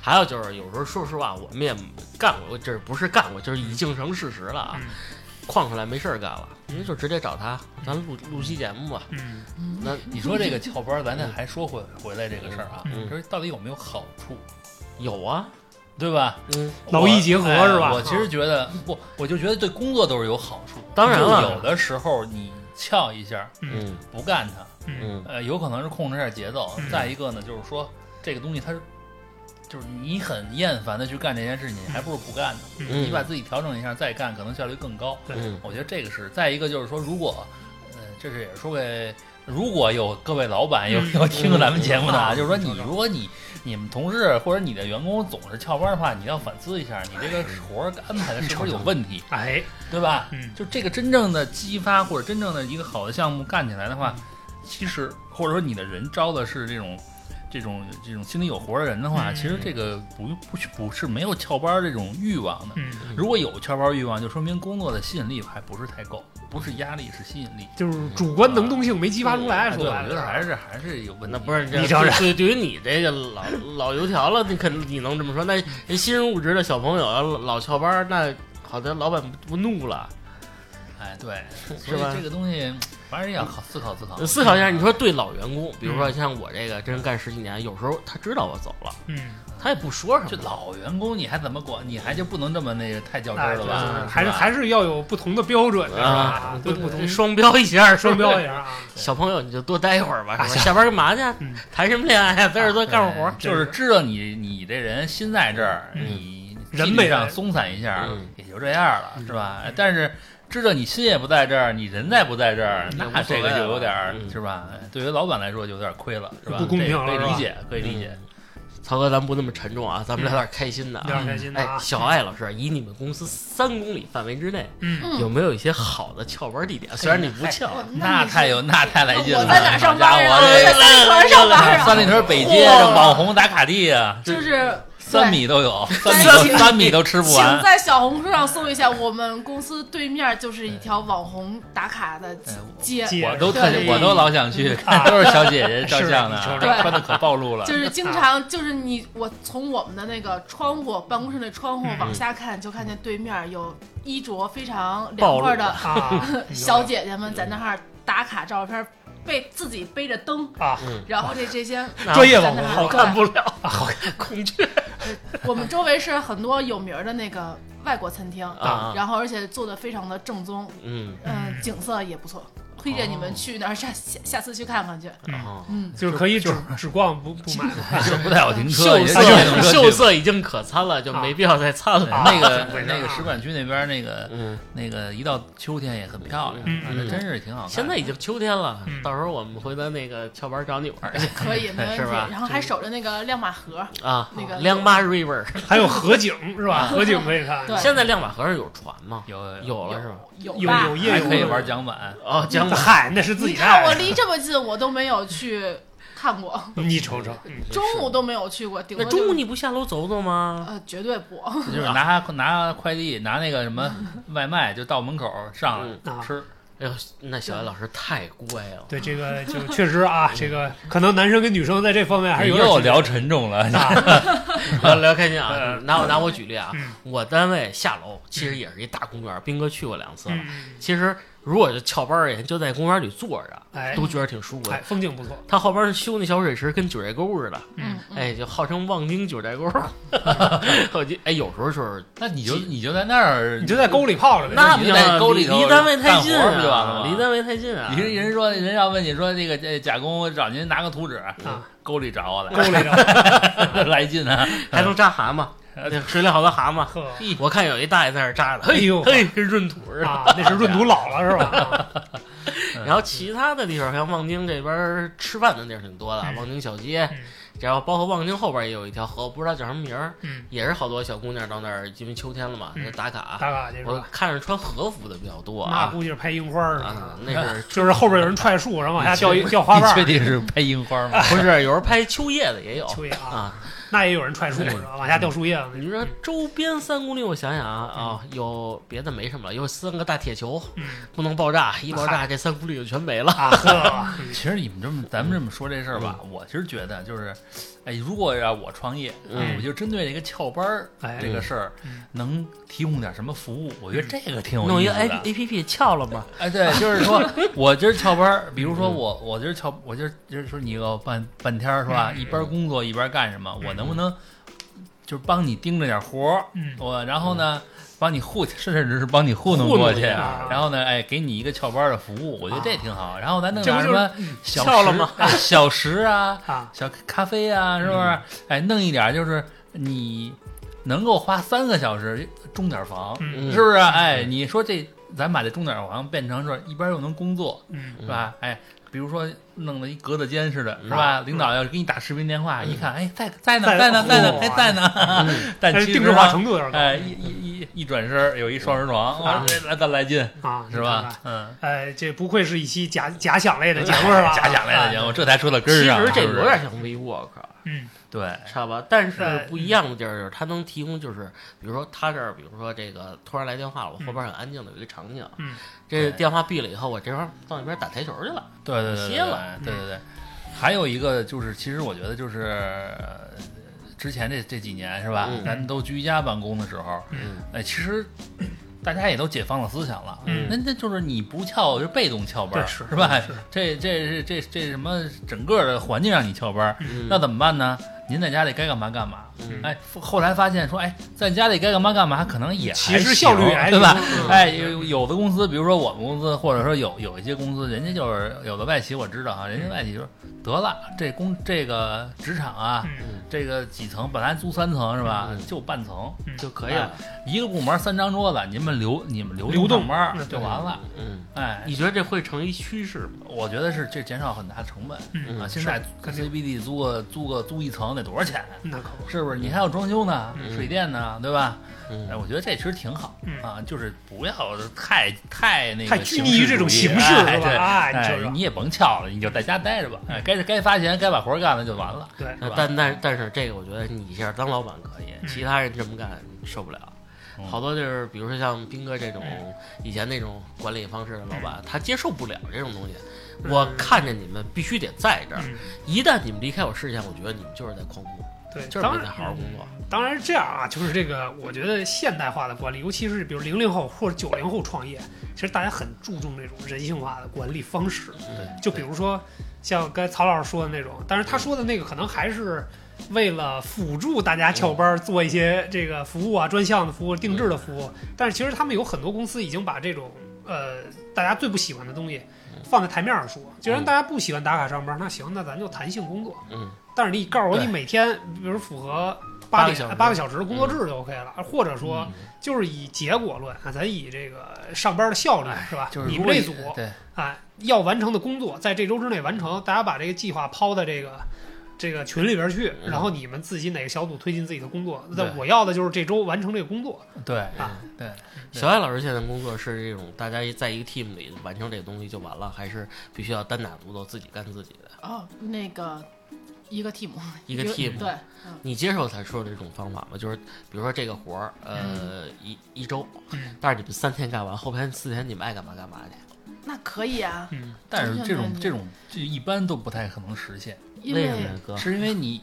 [SPEAKER 2] 还有就是，有时候说实话，我们也干过，这不是干过，就是已经成事实了啊
[SPEAKER 3] 嗯。
[SPEAKER 2] 旷出来没事儿干了，您就直接找他，咱录录期节目吧。
[SPEAKER 3] 嗯
[SPEAKER 2] 那
[SPEAKER 4] 你说这个翘班，咱这还说回回来这个事儿啊，
[SPEAKER 2] 嗯
[SPEAKER 4] 就是到底有没有好处，
[SPEAKER 2] 有啊，
[SPEAKER 4] 对吧？
[SPEAKER 2] 嗯，
[SPEAKER 3] 劳逸结合
[SPEAKER 4] 我哎
[SPEAKER 3] 是吧
[SPEAKER 4] 我其实觉得不，我就觉得对工作都是有好处。
[SPEAKER 2] 当然了
[SPEAKER 4] 就有的时候你翘一下
[SPEAKER 3] 嗯
[SPEAKER 2] 嗯
[SPEAKER 4] 不干它，
[SPEAKER 3] 嗯
[SPEAKER 2] 嗯
[SPEAKER 4] 呃，有可能是控制一下节奏
[SPEAKER 3] 嗯。
[SPEAKER 4] 再一个呢，就是说这个东西它是，就是你很厌烦的去干这件事情，你还不如不干呢。
[SPEAKER 2] 嗯
[SPEAKER 4] 你把自己调整一下再干，可能效率更高。
[SPEAKER 2] 嗯
[SPEAKER 4] 我觉得这个是。再一个就是说，如果，呃，这是也是说给，如果有各位老板有
[SPEAKER 3] 嗯
[SPEAKER 4] 有听咱们节目的啊，
[SPEAKER 3] 嗯
[SPEAKER 4] 就是说你
[SPEAKER 3] 嗯
[SPEAKER 4] 如果你你们同事或者你的员工总是翘班的话，你要反思一下，你这个活儿安排的是不是有问题，
[SPEAKER 3] 哎，
[SPEAKER 4] 对吧？
[SPEAKER 3] 嗯
[SPEAKER 4] 就这个真正的激发或者真正的一个好的项目干起来的
[SPEAKER 3] 嗯
[SPEAKER 4] 话，其实或者说你的人招的是这种。这种这种心里有活儿的人的话，
[SPEAKER 3] 嗯
[SPEAKER 4] 其实这个不不不是没有翘班儿这种欲望的，
[SPEAKER 3] 嗯。
[SPEAKER 4] 如果有翘班欲望，就说明工作的吸引力还不是太够，不是压力，是吸引力。
[SPEAKER 3] 就是主观能动性没激发出来，
[SPEAKER 4] 哎
[SPEAKER 3] 说
[SPEAKER 4] 对，
[SPEAKER 3] 白
[SPEAKER 4] 我
[SPEAKER 3] 了
[SPEAKER 4] 觉得还是还是有问题。
[SPEAKER 2] 那不是这
[SPEAKER 3] 你瞧瞧
[SPEAKER 2] 对对于你这个老老油条了，你肯你能这么说？那人新入职的小朋友要啊老翘班儿，那好的老板不不怒了？
[SPEAKER 4] 哎，对，
[SPEAKER 2] 是
[SPEAKER 4] 所以
[SPEAKER 2] 吧
[SPEAKER 4] 这个东西还是要好思考思考。
[SPEAKER 2] 思考一下，你说对老员工，比如说像我这个真干十几年，有时候他知道我走了，
[SPEAKER 3] 嗯，
[SPEAKER 2] 他也不说什
[SPEAKER 4] 这
[SPEAKER 2] 么。
[SPEAKER 4] 老员工你还怎么管？你还就不能这么那个太较真
[SPEAKER 3] 哎
[SPEAKER 4] 儿
[SPEAKER 3] 对
[SPEAKER 4] 了
[SPEAKER 3] 对对
[SPEAKER 4] 吧？
[SPEAKER 3] 还是
[SPEAKER 4] 吧
[SPEAKER 3] 还是要有不同的标准，是吧
[SPEAKER 2] 啊？，
[SPEAKER 3] 对不同
[SPEAKER 2] 双标一下，
[SPEAKER 3] 双标一
[SPEAKER 2] 下。
[SPEAKER 3] 下
[SPEAKER 5] [LAUGHS]
[SPEAKER 3] 啊，
[SPEAKER 2] 小朋友，你就多待一会儿吧，
[SPEAKER 3] 啊
[SPEAKER 2] 是吧下班干嘛去
[SPEAKER 3] 嗯？啊
[SPEAKER 2] 谈什么恋爱呀？啊在这儿多干会儿活
[SPEAKER 4] 对。就是知道你你这人心在这儿，
[SPEAKER 3] 嗯
[SPEAKER 4] 你
[SPEAKER 3] 人
[SPEAKER 4] 心
[SPEAKER 3] 没
[SPEAKER 4] 理上
[SPEAKER 3] 来
[SPEAKER 4] 松散一下
[SPEAKER 2] 嗯
[SPEAKER 4] 也就这样了，是吧？但是知道你心也不在这儿，你人在不在这儿，
[SPEAKER 2] 嗯也无
[SPEAKER 4] 那
[SPEAKER 2] 所
[SPEAKER 4] 这
[SPEAKER 2] 谓
[SPEAKER 4] 个就有点儿
[SPEAKER 2] 嗯
[SPEAKER 4] 是吧？对于老板来说就有点亏了，是吧？
[SPEAKER 3] 不公平
[SPEAKER 4] 这
[SPEAKER 3] 了
[SPEAKER 4] 可以
[SPEAKER 3] 是吧
[SPEAKER 4] 理解，可以理解。
[SPEAKER 2] 曹哥，咱不那么沉重啊，咱们聊点开心的
[SPEAKER 3] 嗯聊
[SPEAKER 2] 啊。
[SPEAKER 3] 点开心的
[SPEAKER 2] 哎，
[SPEAKER 3] 啊，
[SPEAKER 2] 小艾老师，以你们公司三公里范围之内，
[SPEAKER 3] 嗯，哎
[SPEAKER 5] 嗯
[SPEAKER 2] 有没有一些好的翘班地点？虽然你不翘，啊
[SPEAKER 5] 我
[SPEAKER 4] 那
[SPEAKER 5] 你
[SPEAKER 4] 太
[SPEAKER 5] 是
[SPEAKER 4] 有那太来劲了，
[SPEAKER 5] 哦我在哪儿上班
[SPEAKER 4] 好家
[SPEAKER 5] 啊？
[SPEAKER 4] 伙
[SPEAKER 5] 我在三里屯上班
[SPEAKER 4] 这
[SPEAKER 5] 啊，
[SPEAKER 4] 三里屯北街这网红打卡地啊，
[SPEAKER 5] 就是
[SPEAKER 4] 三米都有，三米都三米都吃不
[SPEAKER 5] 请
[SPEAKER 4] 完。
[SPEAKER 5] 在小红书上搜一下，我们公司对面就是一条网红打卡的街，
[SPEAKER 3] 街
[SPEAKER 4] 我都特
[SPEAKER 5] 对
[SPEAKER 4] 我都老想去，都是小姐姐照相的啊
[SPEAKER 3] 是你，
[SPEAKER 5] 说
[SPEAKER 4] 穿的可暴露了。
[SPEAKER 5] 啊就是经常就是你我从我们的那个窗户办公室那窗户往下看，就看见对面有衣着非常凉快的
[SPEAKER 3] 啊
[SPEAKER 5] [LAUGHS] 小姐姐们在那儿打卡照片，背自己背着灯，
[SPEAKER 3] 啊，
[SPEAKER 5] 然后这这些
[SPEAKER 3] 专业网
[SPEAKER 5] 在那
[SPEAKER 3] 红
[SPEAKER 2] 好
[SPEAKER 5] 儿
[SPEAKER 2] 看
[SPEAKER 5] [LAUGHS]
[SPEAKER 2] 不了， [LAUGHS] 好恐惧
[SPEAKER 5] 我们周围是很多有名儿的那个外国餐厅，
[SPEAKER 2] 啊。
[SPEAKER 5] 然后而且做的非常的正宗，
[SPEAKER 2] 嗯，
[SPEAKER 5] 嗯，景色也不错，推荐你们去那儿下下下次去看看去。
[SPEAKER 2] 哦 [LAUGHS]
[SPEAKER 5] 嗯，
[SPEAKER 3] 就是可以只只逛不不买了，
[SPEAKER 4] 就是不太好停车，
[SPEAKER 2] 秀
[SPEAKER 4] 也
[SPEAKER 2] 色
[SPEAKER 3] [LAUGHS]
[SPEAKER 4] 就没怎么说
[SPEAKER 2] 秀 [LAUGHS] 色已经可餐了，就没必要再餐
[SPEAKER 4] 对
[SPEAKER 2] 了。
[SPEAKER 4] 那个
[SPEAKER 3] 啊 [LAUGHS] 怎么回事啊
[SPEAKER 4] 那个使馆区那边那个
[SPEAKER 2] 嗯，
[SPEAKER 4] 那个一到秋天也很漂亮，
[SPEAKER 3] 嗯
[SPEAKER 4] 啊
[SPEAKER 2] 嗯
[SPEAKER 4] 那真是挺好看的。
[SPEAKER 2] 现在已经秋天了
[SPEAKER 3] 嗯，
[SPEAKER 2] 到时候我们回咱那个翘班找你玩
[SPEAKER 5] [LAUGHS]
[SPEAKER 2] 儿去
[SPEAKER 5] 可以，没问
[SPEAKER 2] 是
[SPEAKER 5] 题。
[SPEAKER 2] 吧
[SPEAKER 5] 然后还守着那个亮马河，
[SPEAKER 2] 啊。
[SPEAKER 5] 那个
[SPEAKER 2] 亮马 river，
[SPEAKER 3] 还有河景是吧？河景可以看，
[SPEAKER 5] 对
[SPEAKER 2] 现在亮马河上有船吗？
[SPEAKER 4] 有有
[SPEAKER 2] 有了是吧？
[SPEAKER 5] 有
[SPEAKER 3] 有
[SPEAKER 5] 吧
[SPEAKER 3] 有夜
[SPEAKER 4] 还
[SPEAKER 3] 游
[SPEAKER 4] 可以玩桨板，
[SPEAKER 2] 哦，江
[SPEAKER 3] [LAUGHS] 嗨，那是自
[SPEAKER 5] 你
[SPEAKER 3] 己
[SPEAKER 5] 看
[SPEAKER 3] 带
[SPEAKER 5] 我
[SPEAKER 3] 的。
[SPEAKER 5] 离这么近，我都没有去看
[SPEAKER 2] [LAUGHS]
[SPEAKER 5] 过，
[SPEAKER 3] 你瞅嗯瞅，
[SPEAKER 5] 中午都没有去过，顶
[SPEAKER 2] 那
[SPEAKER 5] 多
[SPEAKER 2] 中午
[SPEAKER 5] 你
[SPEAKER 2] 你不嗯下楼走走吗？
[SPEAKER 5] 呃绝对不。
[SPEAKER 4] 就是拿拿快递，拿那个什么外卖，就到门口上来
[SPEAKER 3] 嗯啊
[SPEAKER 4] 吃。
[SPEAKER 2] 哎呦，那小艾老师太乖
[SPEAKER 3] [LAUGHS]
[SPEAKER 2] 了。
[SPEAKER 3] 对这个就确实啊，这个可能男生跟女生在这方面还是有点
[SPEAKER 4] 又
[SPEAKER 3] 区别
[SPEAKER 4] 聊沉重了，
[SPEAKER 3] 啊，
[SPEAKER 2] 啊，聊开心啊！
[SPEAKER 3] 嗯
[SPEAKER 2] 拿我拿我举例啊
[SPEAKER 3] 嗯，
[SPEAKER 2] 我单位下楼其实也是一大公园，斌哥去过两次了。
[SPEAKER 3] 嗯
[SPEAKER 2] 其实如果就翘班而言，就在公园里坐着，
[SPEAKER 3] 哎
[SPEAKER 2] 都觉得挺舒服
[SPEAKER 3] 哎，
[SPEAKER 2] 的。
[SPEAKER 3] 风景不错，
[SPEAKER 2] 他后边修那小水池跟九寨沟似的，
[SPEAKER 3] 嗯
[SPEAKER 5] 嗯，
[SPEAKER 2] 哎，就号称望京九寨沟。 [LAUGHS] 我就哎，有时候就是
[SPEAKER 4] 那你就你就在那儿
[SPEAKER 3] 你，就在沟里泡着呗。
[SPEAKER 2] 那不
[SPEAKER 4] 你
[SPEAKER 2] 行
[SPEAKER 4] 就在
[SPEAKER 2] 啊，
[SPEAKER 4] 沟
[SPEAKER 2] 离
[SPEAKER 4] 里头
[SPEAKER 2] 离单位太近
[SPEAKER 4] 干活不就完了
[SPEAKER 2] 啊，
[SPEAKER 4] 吗
[SPEAKER 2] 离单位太近啊
[SPEAKER 4] 你。是人说人要问你说这个这贾工找您拿个图纸，
[SPEAKER 3] 啊，
[SPEAKER 4] 沟里找我
[SPEAKER 3] 沟
[SPEAKER 4] 来，
[SPEAKER 3] 里的，
[SPEAKER 4] 来 [LAUGHS] 劲啊！
[SPEAKER 2] 还能扎蛤 [LAUGHS] 蟆，那水里好多蛤蟆。
[SPEAKER 3] 呵
[SPEAKER 2] 我看有一大爷在那儿扎的，
[SPEAKER 3] 哎呦
[SPEAKER 2] 嘿，跟闰土似的。
[SPEAKER 3] 啊，那是闰土老了是吧？
[SPEAKER 2] 然后其他的地方，像望京这边儿吃饭的地儿挺多的，
[SPEAKER 3] 嗯
[SPEAKER 2] 望京小街
[SPEAKER 3] 嗯，
[SPEAKER 2] 然后包括望京后边儿也有一条河，不知道叫什么名儿，
[SPEAKER 3] 嗯，
[SPEAKER 2] 也是好多小姑娘到那儿，因为秋天了嘛，
[SPEAKER 3] 嗯
[SPEAKER 2] 打卡。
[SPEAKER 3] 大嘎这是
[SPEAKER 2] 我
[SPEAKER 3] 吧？
[SPEAKER 2] 看着穿和服的比较多
[SPEAKER 3] 那
[SPEAKER 2] 啊，
[SPEAKER 3] 估计是拍樱花儿什么
[SPEAKER 2] 啊
[SPEAKER 3] 的，，
[SPEAKER 2] 那是
[SPEAKER 3] [LAUGHS] 就是后边有人踹树，然后往下掉一掉花瓣
[SPEAKER 4] 你
[SPEAKER 3] [LAUGHS]
[SPEAKER 4] 确
[SPEAKER 3] 儿。
[SPEAKER 4] 定是拍樱花吗？
[SPEAKER 2] 不是有人拍秋叶的也有
[SPEAKER 3] 秋叶啊，
[SPEAKER 2] 啊？
[SPEAKER 3] 那也有人踹树是吧？往下掉树叶那
[SPEAKER 2] 你
[SPEAKER 3] 种。
[SPEAKER 2] 说周边三公里，我想想啊啊，有别的没什么了，有三个大铁球
[SPEAKER 3] 嗯
[SPEAKER 2] 不能爆炸，一爆炸这三公里就全没了。
[SPEAKER 3] 啊呵，嗯
[SPEAKER 4] 其实你们这么咱们这么说这事儿吧，我其实觉得就是，哎，如果让我创业，哎
[SPEAKER 2] 嗯
[SPEAKER 4] 我就针对这个翘班儿
[SPEAKER 3] 哎
[SPEAKER 4] 这个事儿
[SPEAKER 3] 嗯，
[SPEAKER 4] 能提供点什么服务？我觉得这个挺
[SPEAKER 2] 嗯
[SPEAKER 4] 有
[SPEAKER 2] 弄
[SPEAKER 4] 意
[SPEAKER 2] 一
[SPEAKER 4] 思
[SPEAKER 2] 个 A
[SPEAKER 4] 的。
[SPEAKER 2] A P P 翘了吗？
[SPEAKER 4] 哎，对，就是说我今儿翘班儿，比如说我我今儿翘，我今儿今儿说你个半半天儿是吧？一边工作一边干什么？我能不能就是帮你盯着点活儿？
[SPEAKER 3] 嗯
[SPEAKER 4] 我然后呢，帮你糊，甚至是帮你糊弄
[SPEAKER 2] 糊弄
[SPEAKER 4] 过
[SPEAKER 2] 一
[SPEAKER 4] 去，
[SPEAKER 2] 下
[SPEAKER 4] 然后呢，哎，给你一个翘班儿的服务，我觉得这挺好。然后咱弄
[SPEAKER 3] 这
[SPEAKER 4] 点
[SPEAKER 3] 不就
[SPEAKER 4] 什
[SPEAKER 3] 是
[SPEAKER 4] 么小
[SPEAKER 2] 翘了
[SPEAKER 4] 时
[SPEAKER 2] 吗？
[SPEAKER 4] 哎小食啊，
[SPEAKER 3] 啊，
[SPEAKER 4] 小咖啡啊，是不是？哎，弄一点就是你能够花三个小时钟点房，
[SPEAKER 3] 嗯
[SPEAKER 4] 是不是？哎，你说这咱把这钟点房变成说一边又能工作，
[SPEAKER 3] 嗯
[SPEAKER 4] 是吧？哎，比如说弄了一格子间似的，是
[SPEAKER 2] 啊
[SPEAKER 4] 吧？领导要给你打视频电话，
[SPEAKER 2] 嗯
[SPEAKER 4] 一看，哎，在在呢，
[SPEAKER 3] 在
[SPEAKER 4] 在呢，在呢，
[SPEAKER 3] 哦
[SPEAKER 4] 还在呢。 [LAUGHS] 但
[SPEAKER 3] 但
[SPEAKER 4] 其
[SPEAKER 3] 是
[SPEAKER 4] 实
[SPEAKER 3] 定制化
[SPEAKER 4] 啊
[SPEAKER 3] 程度有点高
[SPEAKER 4] 哎，一一一一转身儿有一双人
[SPEAKER 2] 嗯
[SPEAKER 4] 床，哇
[SPEAKER 3] 啊，
[SPEAKER 4] 这来咱来劲，
[SPEAKER 3] 啊，
[SPEAKER 4] 是
[SPEAKER 3] 你看
[SPEAKER 4] 吧
[SPEAKER 3] 看？
[SPEAKER 2] [LAUGHS]
[SPEAKER 4] 嗯，
[SPEAKER 3] 哎，这不愧是一期假假想类的节
[SPEAKER 4] [LAUGHS]
[SPEAKER 3] 目是吧？
[SPEAKER 4] 假想类的节目，这才说到根儿上
[SPEAKER 2] 啊嗯其
[SPEAKER 4] 了。
[SPEAKER 2] 实这
[SPEAKER 4] 是不是
[SPEAKER 2] 有点像 V Walk，
[SPEAKER 3] 嗯
[SPEAKER 4] 对，
[SPEAKER 2] 知道吧？但是
[SPEAKER 3] 对
[SPEAKER 2] 不一样的地儿就是，它能提供就是，比如说他这儿，比如说这个突然来电话了，我
[SPEAKER 3] 嗯
[SPEAKER 2] 后边很安静的有一个场景，
[SPEAKER 3] 嗯
[SPEAKER 2] 这
[SPEAKER 4] 对
[SPEAKER 2] 电话闭了以后，我这边到那边打台球去了，
[SPEAKER 4] 对对对，
[SPEAKER 2] 歇了嗯
[SPEAKER 4] 对对对。还有一个就是，其实我觉得就是呃之前这这几年是吧，
[SPEAKER 2] 嗯
[SPEAKER 4] 咱们都居家办公的时候，
[SPEAKER 2] 嗯，
[SPEAKER 4] 哎，其实大家也都解放了思想了。
[SPEAKER 3] 嗯
[SPEAKER 4] 那那就是你不翘就是被动翘班儿，
[SPEAKER 3] 对是
[SPEAKER 4] 吧
[SPEAKER 3] 是？
[SPEAKER 4] 这这这这这什么整个的环境让你翘班儿，
[SPEAKER 2] 嗯
[SPEAKER 4] 那怎么办呢？您在家里该干嘛干嘛。
[SPEAKER 2] 嗯
[SPEAKER 4] 哎，后来发现说，哎，在家里该干嘛干嘛，可能也还
[SPEAKER 3] 其实效率
[SPEAKER 4] 行
[SPEAKER 3] 还
[SPEAKER 4] 对吧
[SPEAKER 3] 挺？嗯
[SPEAKER 4] 哎，有有的公司，比如说我们公司，或者说有有一些公司，人家就是有的外企我知道啊，人
[SPEAKER 3] 嗯
[SPEAKER 4] 家外企就是得了，这工这个职场啊，
[SPEAKER 3] 嗯
[SPEAKER 4] 这个几层本来租三层是吧
[SPEAKER 2] 嗯，
[SPEAKER 4] 就半层，
[SPEAKER 2] 就可以了。
[SPEAKER 4] 一个部门三张桌子，你们留你们留
[SPEAKER 3] 流动
[SPEAKER 4] 上班儿
[SPEAKER 3] 嗯
[SPEAKER 4] 就完了。
[SPEAKER 2] 嗯，
[SPEAKER 4] 哎，
[SPEAKER 2] 你觉得这会成一趋势吗？
[SPEAKER 4] 我觉得是这减少很大成本
[SPEAKER 3] 嗯
[SPEAKER 4] 啊。
[SPEAKER 2] 嗯
[SPEAKER 4] 现在
[SPEAKER 3] 肯定
[SPEAKER 4] CBD 租个租个租一层得多少钱？啊
[SPEAKER 3] 那可不，
[SPEAKER 4] 是不是？你还要装修呢，
[SPEAKER 2] 嗯
[SPEAKER 4] 水电呢，对吧？
[SPEAKER 2] 嗯
[SPEAKER 4] 哎，我觉得这其实挺好
[SPEAKER 3] 嗯
[SPEAKER 4] 啊，就是不要太太那个
[SPEAKER 3] 太拘泥于这种
[SPEAKER 4] 形
[SPEAKER 3] 形式
[SPEAKER 4] 主义
[SPEAKER 3] 是嗯吧
[SPEAKER 4] 哎对
[SPEAKER 3] 哎你
[SPEAKER 4] 哎
[SPEAKER 3] 瞅，瞅
[SPEAKER 4] 你也甭翘了，你就在家待着吧。哎，该该发钱，该把活儿干了就完了。
[SPEAKER 3] 对，
[SPEAKER 4] 是吧
[SPEAKER 2] 但但但是这个，我觉得你一下当老板可以，
[SPEAKER 3] 嗯
[SPEAKER 2] 其他人这么干受不了。
[SPEAKER 4] 嗯
[SPEAKER 2] 好多就是，比如说像斌哥这种以前那种管理方式的老板，他接受不了这种东西。
[SPEAKER 3] 嗯
[SPEAKER 2] 我看着你们必须得在这儿，
[SPEAKER 3] 嗯
[SPEAKER 2] 一旦你们离开我视线，我觉得你们就是在旷工，
[SPEAKER 3] 对，
[SPEAKER 2] 就是
[SPEAKER 3] 当
[SPEAKER 2] 没
[SPEAKER 3] 然
[SPEAKER 2] 在好好工作。
[SPEAKER 3] 当然是这样啊，就是这个，我觉得现代化的管理，尤其是比如零零后或者九零后创业，其实大家很注重这种人性化的管理方式。
[SPEAKER 2] 对，
[SPEAKER 3] 就比如说像刚才曹老师说的那种，但是他说的那个可能还是为了辅助大家翘班儿做一些这个服务啊、专项的服务、定制的服务。但是其实他们有很多公司已经把这种呃大家最不喜欢的东西放在台面上说，既然大家不喜欢打卡上班，那行，那咱就弹性工作。
[SPEAKER 2] 嗯，
[SPEAKER 3] 但是你告诉我，
[SPEAKER 4] 对
[SPEAKER 3] 你每天比如符合
[SPEAKER 2] 八
[SPEAKER 3] 八
[SPEAKER 2] 个
[SPEAKER 3] 点
[SPEAKER 2] 小时
[SPEAKER 3] 八个小时的工作制就 OK 了，或者
[SPEAKER 2] 嗯
[SPEAKER 3] 说就是以结果论啊，咱以这个上班的效率是吧？
[SPEAKER 4] 就是
[SPEAKER 3] 你
[SPEAKER 4] 如
[SPEAKER 3] 们
[SPEAKER 4] 果
[SPEAKER 3] 这组
[SPEAKER 4] 对
[SPEAKER 3] 啊要完成的工作在这周之内完成，大家把这个计划抛在这个这个群里边去，
[SPEAKER 2] 嗯
[SPEAKER 3] 然后你们自己哪个小组推进自己的工作。
[SPEAKER 4] 对
[SPEAKER 3] 但我要的就是这周完成这个工作。
[SPEAKER 4] 对
[SPEAKER 3] 啊
[SPEAKER 4] 对，
[SPEAKER 2] 小艾老师现在工作是这种，大家在一个 team 里完成这个东西就完了，还是必须要单打独斗自己干自己的？
[SPEAKER 5] 哦，那个一个 team，
[SPEAKER 2] 一个 team
[SPEAKER 5] 对，
[SPEAKER 2] 你接受他说的这种方法吗？就是比如说这个活儿，呃，一一周，但是你们三天干完，后边四天你们爱干嘛干嘛去。
[SPEAKER 5] 那可以啊，
[SPEAKER 3] 嗯，
[SPEAKER 4] 但是这种
[SPEAKER 5] 嗯
[SPEAKER 4] 这种这一般都不太可能实现，
[SPEAKER 5] 因
[SPEAKER 2] 为什么
[SPEAKER 5] 为
[SPEAKER 2] 呀，哥？
[SPEAKER 4] 是因为你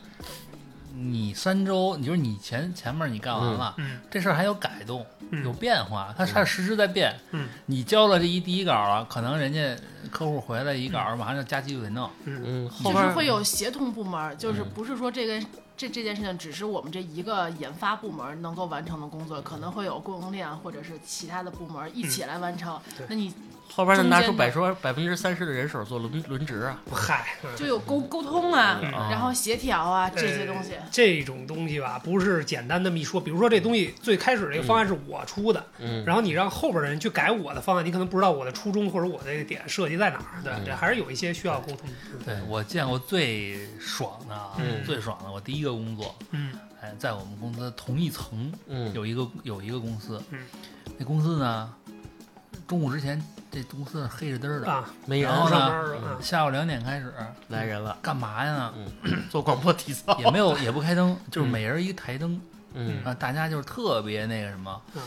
[SPEAKER 4] 你三周，你就是你前前面你干完了，
[SPEAKER 3] 嗯
[SPEAKER 4] 这事儿还有改动，
[SPEAKER 3] 嗯
[SPEAKER 4] 有变化，它它实时在变。
[SPEAKER 3] 嗯，
[SPEAKER 4] 你交了这一第一稿了，可能人家客户回来一稿，马上就加急就得弄。
[SPEAKER 2] 嗯，后
[SPEAKER 5] 就是
[SPEAKER 2] 边
[SPEAKER 5] 会有协同部门儿，就是
[SPEAKER 2] 嗯
[SPEAKER 5] 不是说这个这这件事情只是我们这一个研发部门儿能够完成的工作，可能会有供应链或者是其他的部门儿一起来完成。
[SPEAKER 2] 嗯
[SPEAKER 3] 对
[SPEAKER 5] 那你
[SPEAKER 2] 后边能拿出
[SPEAKER 5] 中间的
[SPEAKER 2] 百说百分之三十的人手做轮轮值啊。
[SPEAKER 3] 嗨，
[SPEAKER 5] 就有沟沟通啊，
[SPEAKER 2] 嗯
[SPEAKER 5] 然后协调啊这些东西
[SPEAKER 3] 呃。这种东西吧，不是简单那么一说。比如说这东西最开始这个方案是我出的，
[SPEAKER 2] 嗯，
[SPEAKER 3] 然后你让后边的人去改我的方案，你可能不知道我的初衷或者我的点设计在哪儿。对，
[SPEAKER 2] 嗯
[SPEAKER 3] 这还是有一些需要沟通。
[SPEAKER 4] 对我见过最爽的啊，
[SPEAKER 2] 嗯
[SPEAKER 4] 最爽的，我第一个工作，
[SPEAKER 3] 嗯
[SPEAKER 4] 哎，在我们公司同一层
[SPEAKER 2] 嗯，
[SPEAKER 4] 有一个有一个公司，
[SPEAKER 3] 嗯
[SPEAKER 4] 那公司呢，中午之前这公司是黑着灯儿的，
[SPEAKER 3] 啊，
[SPEAKER 2] 没人
[SPEAKER 4] 然后
[SPEAKER 3] 上
[SPEAKER 4] 呢
[SPEAKER 3] 班儿啊，
[SPEAKER 4] 下午两点开始
[SPEAKER 2] 来人
[SPEAKER 4] [CLEARS THROAT]
[SPEAKER 2] 了，
[SPEAKER 4] 干嘛呀呢？
[SPEAKER 2] 做广播体操。
[SPEAKER 4] [LAUGHS] 也没有也不开灯，
[SPEAKER 3] 嗯
[SPEAKER 4] 就是每人一台灯
[SPEAKER 2] 嗯
[SPEAKER 4] 啊，大家就是特别那个什么，
[SPEAKER 3] 嗯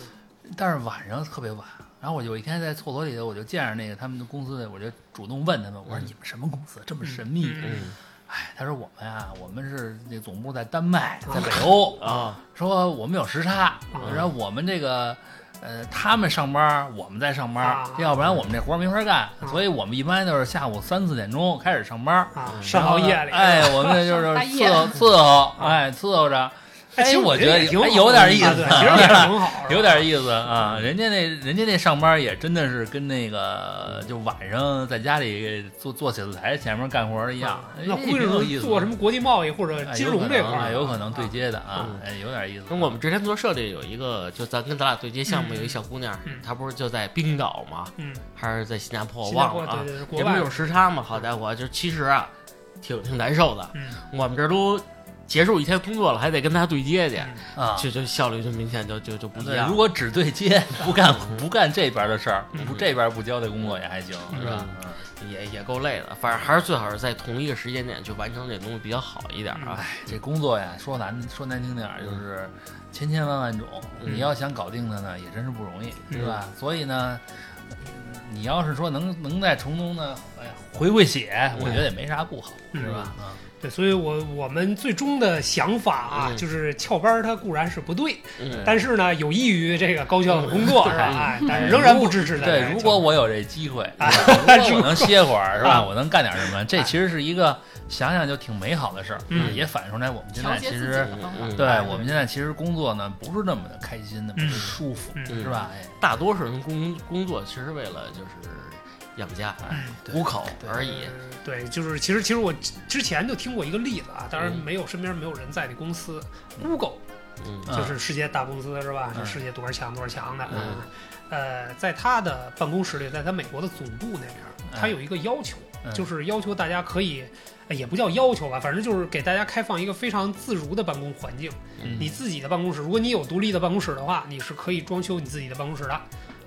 [SPEAKER 4] 但是晚上特别晚。然后我有一天在厕所里头，我就见着那个他们的公司的，我就主动问他们，我说
[SPEAKER 2] 嗯
[SPEAKER 4] 你们什么公司这么神秘？
[SPEAKER 3] 嗯
[SPEAKER 2] 嗯
[SPEAKER 4] 哎，他说我们啊，我们是那总部在丹麦，在北欧，
[SPEAKER 2] 啊，
[SPEAKER 3] 哦
[SPEAKER 4] [LAUGHS] 说我们有时差，
[SPEAKER 2] 嗯
[SPEAKER 4] 然后我们这个。呃，他们上班，我们在上班，
[SPEAKER 3] 啊
[SPEAKER 4] 要不然我们这活儿没法干，
[SPEAKER 3] 啊
[SPEAKER 4] 所以我们一般都是下午三四点钟开始上班，
[SPEAKER 3] 啊，
[SPEAKER 2] 嗯
[SPEAKER 3] 上到夜里。
[SPEAKER 4] 哎，我们就是
[SPEAKER 5] 上大夜
[SPEAKER 4] 伺候伺候，哎，伺候着。
[SPEAKER 3] 哎，其实
[SPEAKER 4] 我觉得
[SPEAKER 3] 也挺好
[SPEAKER 4] 哎 [LAUGHS] 有点意思，
[SPEAKER 3] 啊对其实也挺好
[SPEAKER 4] 有点意思啊，人家那人家那上班也真的是跟那个就晚上在家里坐坐写字台前面干活儿一
[SPEAKER 3] 一
[SPEAKER 4] 样，哎
[SPEAKER 3] 嗯啊那
[SPEAKER 4] 也
[SPEAKER 3] 估计
[SPEAKER 4] 挺有意
[SPEAKER 3] 是
[SPEAKER 4] 思的。
[SPEAKER 3] 做什么国际贸易或者
[SPEAKER 4] 哎
[SPEAKER 3] 金融这块儿，
[SPEAKER 4] 有可能啊有可能对接的啊
[SPEAKER 2] 嗯，
[SPEAKER 4] 哎有点意思。
[SPEAKER 2] 跟我们之前做设计有一个，就咱跟咱俩对接项目有一小姑娘
[SPEAKER 3] 嗯，
[SPEAKER 2] 她不是就在冰岛吗？
[SPEAKER 3] 嗯，
[SPEAKER 2] 还是在新加坡？我
[SPEAKER 3] 新加
[SPEAKER 2] 忘
[SPEAKER 3] 坡
[SPEAKER 2] 了啊
[SPEAKER 3] 对。对是国
[SPEAKER 2] 也不
[SPEAKER 3] 外
[SPEAKER 2] 是有时差嘛，好家伙，就其实啊，挺挺难受的。
[SPEAKER 3] 嗯
[SPEAKER 2] 我们这都结束一天工作了，还得跟他对接去，
[SPEAKER 3] 嗯
[SPEAKER 4] 啊，
[SPEAKER 2] 就就效率就明显就就就不一
[SPEAKER 4] 对，
[SPEAKER 2] 样。
[SPEAKER 4] 如果只对接 [LAUGHS] 不干不干这边的事儿
[SPEAKER 3] 嗯，
[SPEAKER 4] 不这边不交代工作也还行，
[SPEAKER 3] 嗯
[SPEAKER 4] 是吧？嗯
[SPEAKER 2] 也也够累的，反正还是最好是在同一个时间点去完成这东西比较好一点啊。
[SPEAKER 4] 哎，这工作呀，说难说难听点儿，就是千千万万种，
[SPEAKER 2] 嗯
[SPEAKER 4] 你要想搞定它呢，也真是不容易，
[SPEAKER 3] 嗯
[SPEAKER 4] 是吧？所以呢，你要是说能能在从中呢，哎呀，回回血，我觉得也没啥不好，
[SPEAKER 2] 哎
[SPEAKER 3] 嗯
[SPEAKER 4] 是吧？啊，
[SPEAKER 3] 对，所以我我们最终的想法啊，
[SPEAKER 2] 嗯
[SPEAKER 3] 就是翘班儿它固然是不对，
[SPEAKER 2] 嗯，
[SPEAKER 3] 但是呢，有益于这个高效的工作，是吧？哎，但是仍然不支持大家
[SPEAKER 4] 嗯对，如果我有这机会，
[SPEAKER 3] 啊
[SPEAKER 4] 是
[SPEAKER 2] 嗯
[SPEAKER 4] 吧如果
[SPEAKER 3] [LAUGHS] 如
[SPEAKER 4] 我
[SPEAKER 3] 果
[SPEAKER 4] 能歇会儿，是
[SPEAKER 3] 啊
[SPEAKER 4] 吧？我能干点什么？这其实是一个想想就挺美好的事儿，
[SPEAKER 3] 嗯
[SPEAKER 4] 也反映出来我们现
[SPEAKER 5] 调
[SPEAKER 4] 在
[SPEAKER 5] 节
[SPEAKER 4] 其
[SPEAKER 5] 自己
[SPEAKER 4] 实
[SPEAKER 5] 的方法
[SPEAKER 2] 嗯，
[SPEAKER 4] 对我们现在其实工作呢不是那么的开心，那么的
[SPEAKER 3] 嗯
[SPEAKER 4] 舒服，
[SPEAKER 3] 嗯
[SPEAKER 4] 是吧？哎，
[SPEAKER 2] 大多数人工工作其实为了就是养家、
[SPEAKER 4] 哎对
[SPEAKER 2] 糊口
[SPEAKER 4] 对
[SPEAKER 2] 而
[SPEAKER 3] 呃
[SPEAKER 2] 已。
[SPEAKER 3] 对，就是其实其实我之之前就听过一个例子啊，当然
[SPEAKER 2] 嗯
[SPEAKER 3] 没有身边没有人在的公司，Google
[SPEAKER 2] 嗯
[SPEAKER 4] 嗯
[SPEAKER 3] 就是世界大公司是吧？
[SPEAKER 4] 嗯
[SPEAKER 3] 是世界多少强多少强的。
[SPEAKER 2] 嗯
[SPEAKER 3] 呃，在他的办公室里，在他美国的总部那边，他
[SPEAKER 4] 嗯
[SPEAKER 3] 有一个要求，
[SPEAKER 4] 嗯
[SPEAKER 3] 就是要求大家可以，呃也不叫要求吧，反正就是给大家开放一个非常自如的办公环境。
[SPEAKER 4] 嗯
[SPEAKER 3] 你自己的办公室，如果你有独立的办公室的话，你是可以装修你自己的办公室的。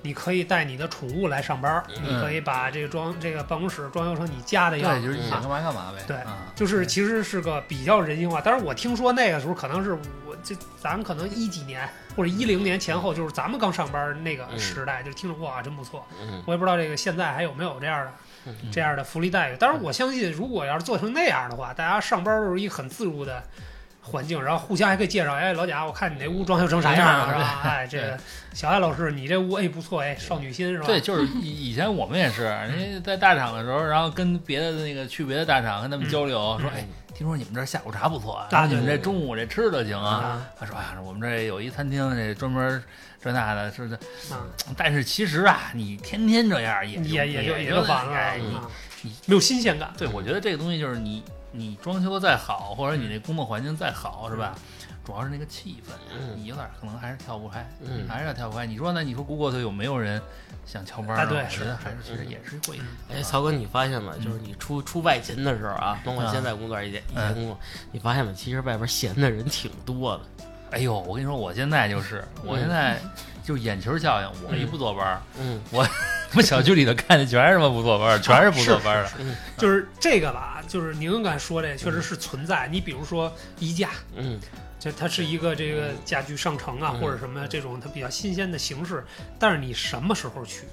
[SPEAKER 3] 你可以带你的宠物来上班儿，
[SPEAKER 2] 嗯
[SPEAKER 3] 你可以把这个装这个办公室装修成你家的样
[SPEAKER 4] 对，
[SPEAKER 3] 子，
[SPEAKER 4] 就是你想干嘛干嘛呗。
[SPEAKER 3] 嗯对
[SPEAKER 4] 啊
[SPEAKER 3] 就是其实是个比较人性化。当然，我听说那个时候可能是我就咱们可能一几年 [LAUGHS] 或者一零年前后，就是咱们刚上班那个时代，就听着哇真不错。
[SPEAKER 2] 嗯
[SPEAKER 3] 我也不知道这个现在还有没有这样的。
[SPEAKER 2] 嗯
[SPEAKER 3] 这样的福利待遇，当然我相信，如果要是做成那样的话，大家上班都是一很自如的环境，然后互相还可以介绍，哎，老贾，我看你那屋装修成啥样了，是吧？哎，这个小艾老师，你这屋哎不错，哎，少女心是吧？
[SPEAKER 4] 对，，就是以以前我们也是，人家在大厂的时候，然后跟别的那个去别的大厂跟他
[SPEAKER 3] 嗯
[SPEAKER 4] 们交流，说哎，听说你们这儿下午茶不错啊，
[SPEAKER 3] 啊
[SPEAKER 4] 你们
[SPEAKER 2] 对
[SPEAKER 4] 这中午这吃的行啊。
[SPEAKER 3] 啊
[SPEAKER 4] 他说啊，我们这有一餐厅，这专门这那的，是的。
[SPEAKER 3] 啊，
[SPEAKER 4] 但是其实啊，你天天这样也
[SPEAKER 3] 也
[SPEAKER 4] 也
[SPEAKER 3] 也就
[SPEAKER 4] 也
[SPEAKER 3] 也就完了
[SPEAKER 4] 哎你
[SPEAKER 3] 啊
[SPEAKER 4] 你，
[SPEAKER 3] 没有新鲜感。
[SPEAKER 4] 对，我觉得这个东西就是你。你装修的再好，或者你那工作环境再好，是吧？主要是那个气氛，
[SPEAKER 2] 嗯
[SPEAKER 4] 你有点可能还是跳不开，
[SPEAKER 2] 嗯
[SPEAKER 4] 还是要跳不开。你说呢？你说 Google 有没有人想翘班
[SPEAKER 3] 啊
[SPEAKER 4] 啊？
[SPEAKER 3] 对
[SPEAKER 4] 我觉
[SPEAKER 3] 是
[SPEAKER 4] 得还是其实
[SPEAKER 2] 嗯
[SPEAKER 4] 也是会有的。
[SPEAKER 2] 哎，曹哥，你发现吗？
[SPEAKER 4] 嗯
[SPEAKER 2] 就是你出出外勤的时候啊，包括
[SPEAKER 4] 啊
[SPEAKER 2] 现在工作以前以前
[SPEAKER 4] 嗯
[SPEAKER 2] 工作，你发现吗？其实外边闲的人挺多的。
[SPEAKER 4] 哎呦，我跟你说，我现在就是，我
[SPEAKER 2] 嗯
[SPEAKER 4] 现在就是眼球效应，我一不坐班儿，
[SPEAKER 2] 嗯
[SPEAKER 4] 我们小区里头看见全是他妈不坐班儿，全是不坐班儿的。
[SPEAKER 3] 就是这个吧，就是您刚才说这确实是存在。你比如说宜家，
[SPEAKER 2] 嗯
[SPEAKER 3] 就它是一个这个家具上城啊，
[SPEAKER 2] 嗯
[SPEAKER 3] 或者什么这种它比较新鲜的形式，但是你什么时候去，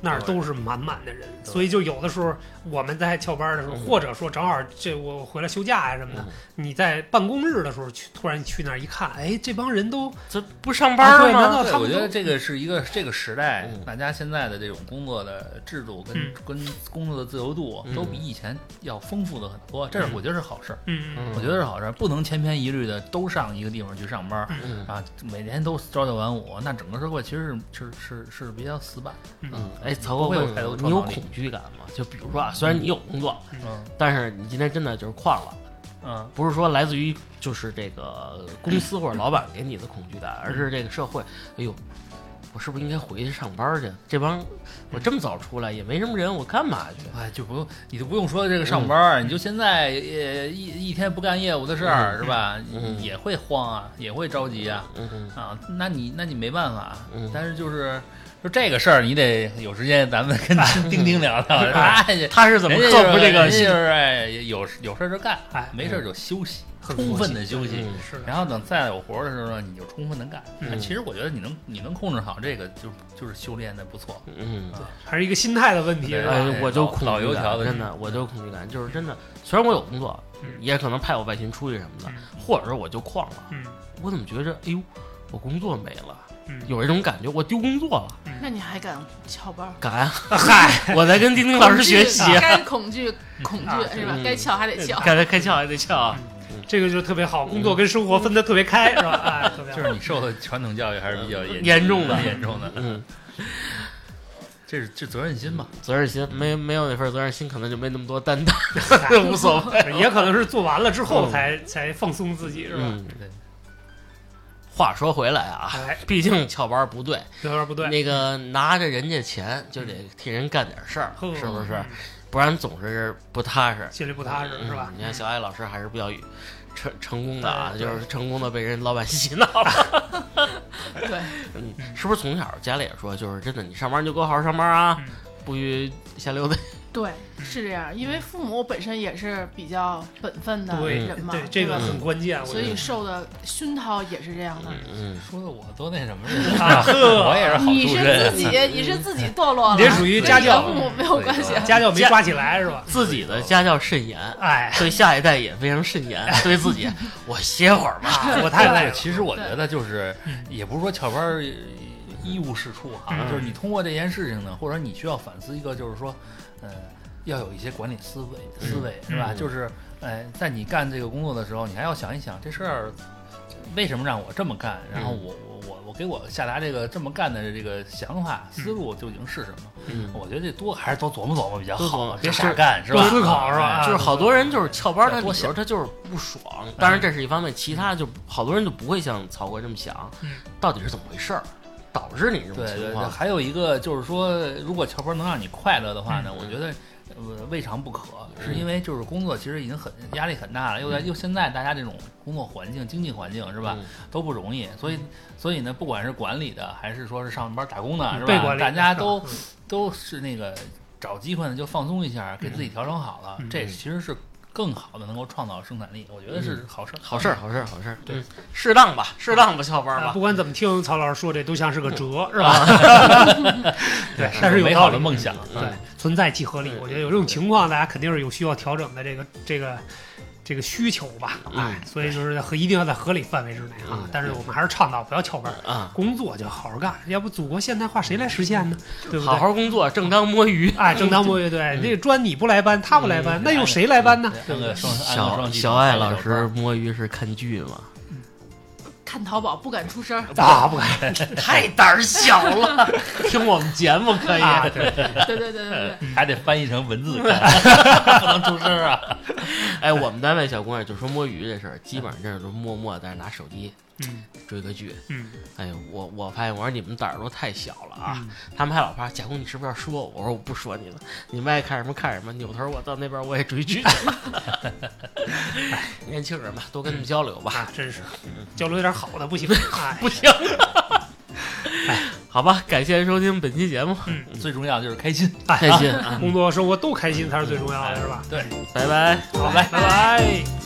[SPEAKER 3] 那儿
[SPEAKER 4] 对
[SPEAKER 3] 都是满满的人，
[SPEAKER 2] 对
[SPEAKER 3] 所以就有的时候我们在翘班的时候，
[SPEAKER 2] 嗯
[SPEAKER 3] 或者说正好这我回来休假呀、什么的，
[SPEAKER 2] 嗯，
[SPEAKER 3] 你在办公日的时候去，突然去那儿一看，哎，这帮人都
[SPEAKER 2] 嗯这不上班儿
[SPEAKER 3] 啊对难
[SPEAKER 2] 吗？
[SPEAKER 3] 道
[SPEAKER 4] 对，
[SPEAKER 3] 他
[SPEAKER 4] 我
[SPEAKER 3] 们
[SPEAKER 4] 觉得
[SPEAKER 3] 都
[SPEAKER 4] 这个是一个这个时代
[SPEAKER 2] 嗯，
[SPEAKER 4] 大家现在的这种工作的制度跟、
[SPEAKER 3] 嗯
[SPEAKER 4] 跟工作的自由度
[SPEAKER 2] 嗯
[SPEAKER 4] 都比以前要丰富的很多，这是我觉得是好事儿。
[SPEAKER 3] 嗯嗯
[SPEAKER 2] 嗯
[SPEAKER 4] 我觉得是好事儿，不能千篇一律的都上一个地方去上班儿
[SPEAKER 2] 嗯
[SPEAKER 4] 啊，每天都朝九晚五，那整个社会其实是是是是比较死板。
[SPEAKER 2] 嗯，哎，曹哥，
[SPEAKER 4] 不会有
[SPEAKER 2] 问
[SPEAKER 4] 太多
[SPEAKER 2] 问你
[SPEAKER 4] 创
[SPEAKER 2] 有
[SPEAKER 4] 造力
[SPEAKER 2] 恐惧感吗？就比如说啊，虽然你有工作，
[SPEAKER 4] 嗯
[SPEAKER 2] 但是你今天真的就是旷了，
[SPEAKER 4] 嗯，
[SPEAKER 2] 不是说来自于就是这个公司或者老板给你的恐惧感，而是这个社会，哎呦。我是不是应该回去上班去？这帮我这么早出来也没什么人，我干嘛去？
[SPEAKER 4] 哎，就不用你就不用说这个上班儿，你就现在呃一一天不干业务的事儿是吧？
[SPEAKER 2] 嗯
[SPEAKER 4] 也会慌啊，也会着急啊
[SPEAKER 2] 嗯
[SPEAKER 4] 啊，那你那你没办法
[SPEAKER 2] 嗯，
[SPEAKER 4] 但是就是就这个事儿，你得有时间咱们跟钉钉聊聊，是吧哎
[SPEAKER 2] 他哎 [LAUGHS] 是怎么
[SPEAKER 4] 人家
[SPEAKER 2] 克服
[SPEAKER 4] 就是
[SPEAKER 2] 这个
[SPEAKER 4] 人家
[SPEAKER 2] 心
[SPEAKER 4] 就是哎有有事儿就干，
[SPEAKER 3] 哎
[SPEAKER 4] 没事儿就休息，
[SPEAKER 3] 很
[SPEAKER 4] 充
[SPEAKER 3] 佛
[SPEAKER 4] 分
[SPEAKER 3] 系
[SPEAKER 4] 的休息。
[SPEAKER 2] 嗯
[SPEAKER 3] 是的，
[SPEAKER 4] 然后等再有活儿的时候呢，你就充分的干。
[SPEAKER 3] 嗯
[SPEAKER 4] 其实我觉得你能你能控制好这个，就就是修炼的不错。
[SPEAKER 2] 嗯，
[SPEAKER 3] 还是一个心态的问题，
[SPEAKER 4] 对
[SPEAKER 3] 是吧
[SPEAKER 2] 哎，我就
[SPEAKER 4] 老
[SPEAKER 2] 恐
[SPEAKER 4] 老
[SPEAKER 2] 惧
[SPEAKER 4] 油条
[SPEAKER 2] 感，
[SPEAKER 4] 的
[SPEAKER 2] 真的，我就恐惧感，就是真的。虽然我有工作
[SPEAKER 3] 嗯，
[SPEAKER 2] 也可能派我外勤出去什么的，
[SPEAKER 3] 嗯
[SPEAKER 2] 或者是我就旷了，
[SPEAKER 3] 嗯
[SPEAKER 2] 我怎么觉着，哎呦，我工作没了，
[SPEAKER 3] 嗯，
[SPEAKER 2] 有一种感觉，我丢工作了。
[SPEAKER 5] 那你还敢翘班儿？
[SPEAKER 2] 感恩，
[SPEAKER 3] 嗨，
[SPEAKER 2] [LAUGHS] 我在跟丁丁老师学习，啊
[SPEAKER 5] 该恐惧恐
[SPEAKER 3] 啊
[SPEAKER 5] 惧是吧
[SPEAKER 2] 嗯？
[SPEAKER 5] 该翘还得翘。
[SPEAKER 2] 刚才开窍还得笑啊。
[SPEAKER 3] 这个就特别好，
[SPEAKER 2] 嗯
[SPEAKER 3] 工作跟生活分得特别开，是吧？哎，
[SPEAKER 2] [LAUGHS]
[SPEAKER 3] 特别好
[SPEAKER 4] 就是你受的传统教育还是比较严
[SPEAKER 2] 严重的
[SPEAKER 4] 严重的。
[SPEAKER 2] 嗯，
[SPEAKER 4] 这是这责任心吧？
[SPEAKER 2] 责任心没没有那份责任心，可能就没那么多担当， [LAUGHS] 无所谓。
[SPEAKER 3] [LAUGHS] 也可能是做完了之后才、才放松自己，是吧？
[SPEAKER 2] 嗯
[SPEAKER 4] 对，
[SPEAKER 2] 话说回来啊，
[SPEAKER 3] 哎，
[SPEAKER 2] 毕竟翘班不对，
[SPEAKER 3] 有点不对，
[SPEAKER 2] 那个拿着人家钱就得替人干点事儿，
[SPEAKER 3] 呵
[SPEAKER 2] 是不是
[SPEAKER 3] 嗯？
[SPEAKER 2] 不然总是不踏实。
[SPEAKER 3] 心里不踏实，是吧
[SPEAKER 2] 嗯？你看小艾老师还是比较成成功的啊，
[SPEAKER 3] 哎对
[SPEAKER 2] 就是成功的被人老板洗脑了。
[SPEAKER 5] 对，
[SPEAKER 2] 嗯，是不是从小家里也说，就是真的，你上班就给我好好上班啊
[SPEAKER 3] 嗯，
[SPEAKER 2] 不许瞎溜达。
[SPEAKER 5] 对，是这样，因为父母本身也是比较本分的
[SPEAKER 3] 对
[SPEAKER 5] 人嘛，
[SPEAKER 3] 对，这个
[SPEAKER 5] 吧
[SPEAKER 3] 很关键，我觉
[SPEAKER 5] 嗯所
[SPEAKER 3] 得。
[SPEAKER 5] 以受的熏陶也是这样的。
[SPEAKER 2] 嗯，
[SPEAKER 4] 说的我都那什么似的，
[SPEAKER 3] 啊呵，
[SPEAKER 4] [LAUGHS] 我也是好
[SPEAKER 5] 你
[SPEAKER 4] 出
[SPEAKER 5] 是
[SPEAKER 4] 身
[SPEAKER 5] 自。己，你是自己堕落了，
[SPEAKER 3] 你这属于
[SPEAKER 4] 啊
[SPEAKER 5] 跟
[SPEAKER 3] 家
[SPEAKER 5] 你的
[SPEAKER 3] 教
[SPEAKER 5] 父母没有关系。啊
[SPEAKER 3] 家教没抓起来，是吧？
[SPEAKER 2] 自己的家教甚严，
[SPEAKER 3] 哎，
[SPEAKER 2] 对下一代也非常慎
[SPEAKER 3] [LAUGHS]
[SPEAKER 2] 言，对自己，我歇会儿吧。
[SPEAKER 3] 啊我太累了。
[SPEAKER 4] 其实我觉得就是，
[SPEAKER 2] 嗯
[SPEAKER 4] 也不是说翘班儿一无是处哈、
[SPEAKER 3] 嗯
[SPEAKER 4] 就是你通过这件事情呢，或者你需要反思一个，就是说，呃，要有一些管理思维，思维、是吧？
[SPEAKER 2] 嗯
[SPEAKER 4] 就是，呃，在你干这个工作的时候，你还要想一想这事儿为什么让我这么干，然后
[SPEAKER 2] 嗯
[SPEAKER 4] 我我我我给我下达这个这么干的这个想法思路究竟是什么？
[SPEAKER 2] 嗯，
[SPEAKER 4] 我觉得这多还是多琢磨琢磨比较
[SPEAKER 2] 多琢
[SPEAKER 4] 好
[SPEAKER 2] 磨，
[SPEAKER 4] 别
[SPEAKER 2] 就
[SPEAKER 4] 傻
[SPEAKER 2] 是
[SPEAKER 4] 干是吧？
[SPEAKER 3] 多思考是吧
[SPEAKER 4] 哎
[SPEAKER 2] 就是好多人就是翘班，他理
[SPEAKER 4] 多
[SPEAKER 2] 由
[SPEAKER 4] 想
[SPEAKER 2] 他就是不爽。
[SPEAKER 3] 嗯
[SPEAKER 2] 当然这是一方面，其他就好多人就不会像曹哥这么想
[SPEAKER 3] 嗯，
[SPEAKER 2] 到底是怎么回事儿，导致你这种
[SPEAKER 4] 对
[SPEAKER 2] 情
[SPEAKER 4] 对对，
[SPEAKER 2] 况。
[SPEAKER 4] 还有一个就是说，如果翘班能让你快乐的话呢，
[SPEAKER 2] 嗯
[SPEAKER 4] 我觉得呃未尝不可，
[SPEAKER 3] 嗯
[SPEAKER 4] 是因为就是工作其实已经很压力很大了，又在又现在大家这种工作环境、经济环境是吧，
[SPEAKER 3] 嗯
[SPEAKER 4] 都不容易，所以所以呢，不管是管理的还是说是上班打工
[SPEAKER 2] 啊
[SPEAKER 4] 的，是
[SPEAKER 3] 嗯被
[SPEAKER 4] 吧？
[SPEAKER 3] 管理
[SPEAKER 4] 大家都
[SPEAKER 3] 嗯
[SPEAKER 4] 都是那个找机会呢就放松一下，给自己调整好了，
[SPEAKER 3] 嗯
[SPEAKER 4] 这其实是更好的能够创造生产力，我觉得
[SPEAKER 3] 嗯
[SPEAKER 4] 是好事儿，
[SPEAKER 2] 好事儿，好事儿，好事儿，
[SPEAKER 3] 对
[SPEAKER 2] 嗯，适当吧，适当吧，翘班
[SPEAKER 3] 啊
[SPEAKER 2] 吧
[SPEAKER 3] 不。管怎么听，曹老师说这都像是个折，是吧？
[SPEAKER 2] 啊，
[SPEAKER 3] [LAUGHS] 对，但是有
[SPEAKER 4] 美
[SPEAKER 3] 道
[SPEAKER 4] 好
[SPEAKER 3] 理
[SPEAKER 4] 的梦想。啊
[SPEAKER 3] 对，存在即合理。
[SPEAKER 2] 嗯对
[SPEAKER 3] 我觉得有这种情况，大家肯定是有需要调整的这个这个这个需求吧。
[SPEAKER 2] 嗯
[SPEAKER 3] 哎，所以就是和一定要在合理范围之内啊
[SPEAKER 2] 嗯。
[SPEAKER 3] 但是我们还是倡导不要翘班儿，
[SPEAKER 2] 啊，
[SPEAKER 3] 工作就好好干，要不祖国现代化谁来实现呢？对不
[SPEAKER 2] 嗯好
[SPEAKER 3] 对？
[SPEAKER 2] 好工作，正当摸鱼。
[SPEAKER 3] 哎，正当不乐队，
[SPEAKER 2] 嗯
[SPEAKER 3] 这个砖你不来搬，他不来搬，那用谁来搬呢？
[SPEAKER 4] 对按个双按个
[SPEAKER 2] 小
[SPEAKER 4] 双击
[SPEAKER 2] 小
[SPEAKER 4] 按
[SPEAKER 2] 艾
[SPEAKER 4] 个
[SPEAKER 2] 老
[SPEAKER 4] 手腕
[SPEAKER 2] 师摸鱼是看剧吗？
[SPEAKER 5] 看淘宝不敢出声儿。
[SPEAKER 2] 啊，不 [LAUGHS] 敢，太胆儿小了。 [LAUGHS] 听我们节目可以，
[SPEAKER 3] 啊，对，
[SPEAKER 5] 对对对对对，
[SPEAKER 4] 还得翻译成文字看，不能出声啊。
[SPEAKER 2] 哎，我们单位小姑娘就说摸鱼这事儿，基本上这都默默在那拿手机
[SPEAKER 3] 嗯
[SPEAKER 2] 追个剧。
[SPEAKER 3] 嗯
[SPEAKER 2] 哎呦，我我发现我说你们胆儿都太小了啊！
[SPEAKER 3] 嗯
[SPEAKER 2] 他们还老怕贾工，你是不是要说我？我说我不说你了，你们爱看什么看什么。扭头我到那边我也追剧。 [LAUGHS] 哎，年轻人嘛，多跟他们交流吧。
[SPEAKER 3] 啊，真是交流有点好的不行，哎，
[SPEAKER 2] 嗯不行，哎，好吧，感谢收听本期节目，
[SPEAKER 3] 嗯，
[SPEAKER 4] 最重要就是开心，
[SPEAKER 3] 哎
[SPEAKER 2] [LAUGHS] 开心啊，嗯
[SPEAKER 3] 工作生活都开心才是最重要的，是吧？
[SPEAKER 4] 对，
[SPEAKER 2] 拜拜。
[SPEAKER 3] 好，
[SPEAKER 4] 拜
[SPEAKER 3] 拜拜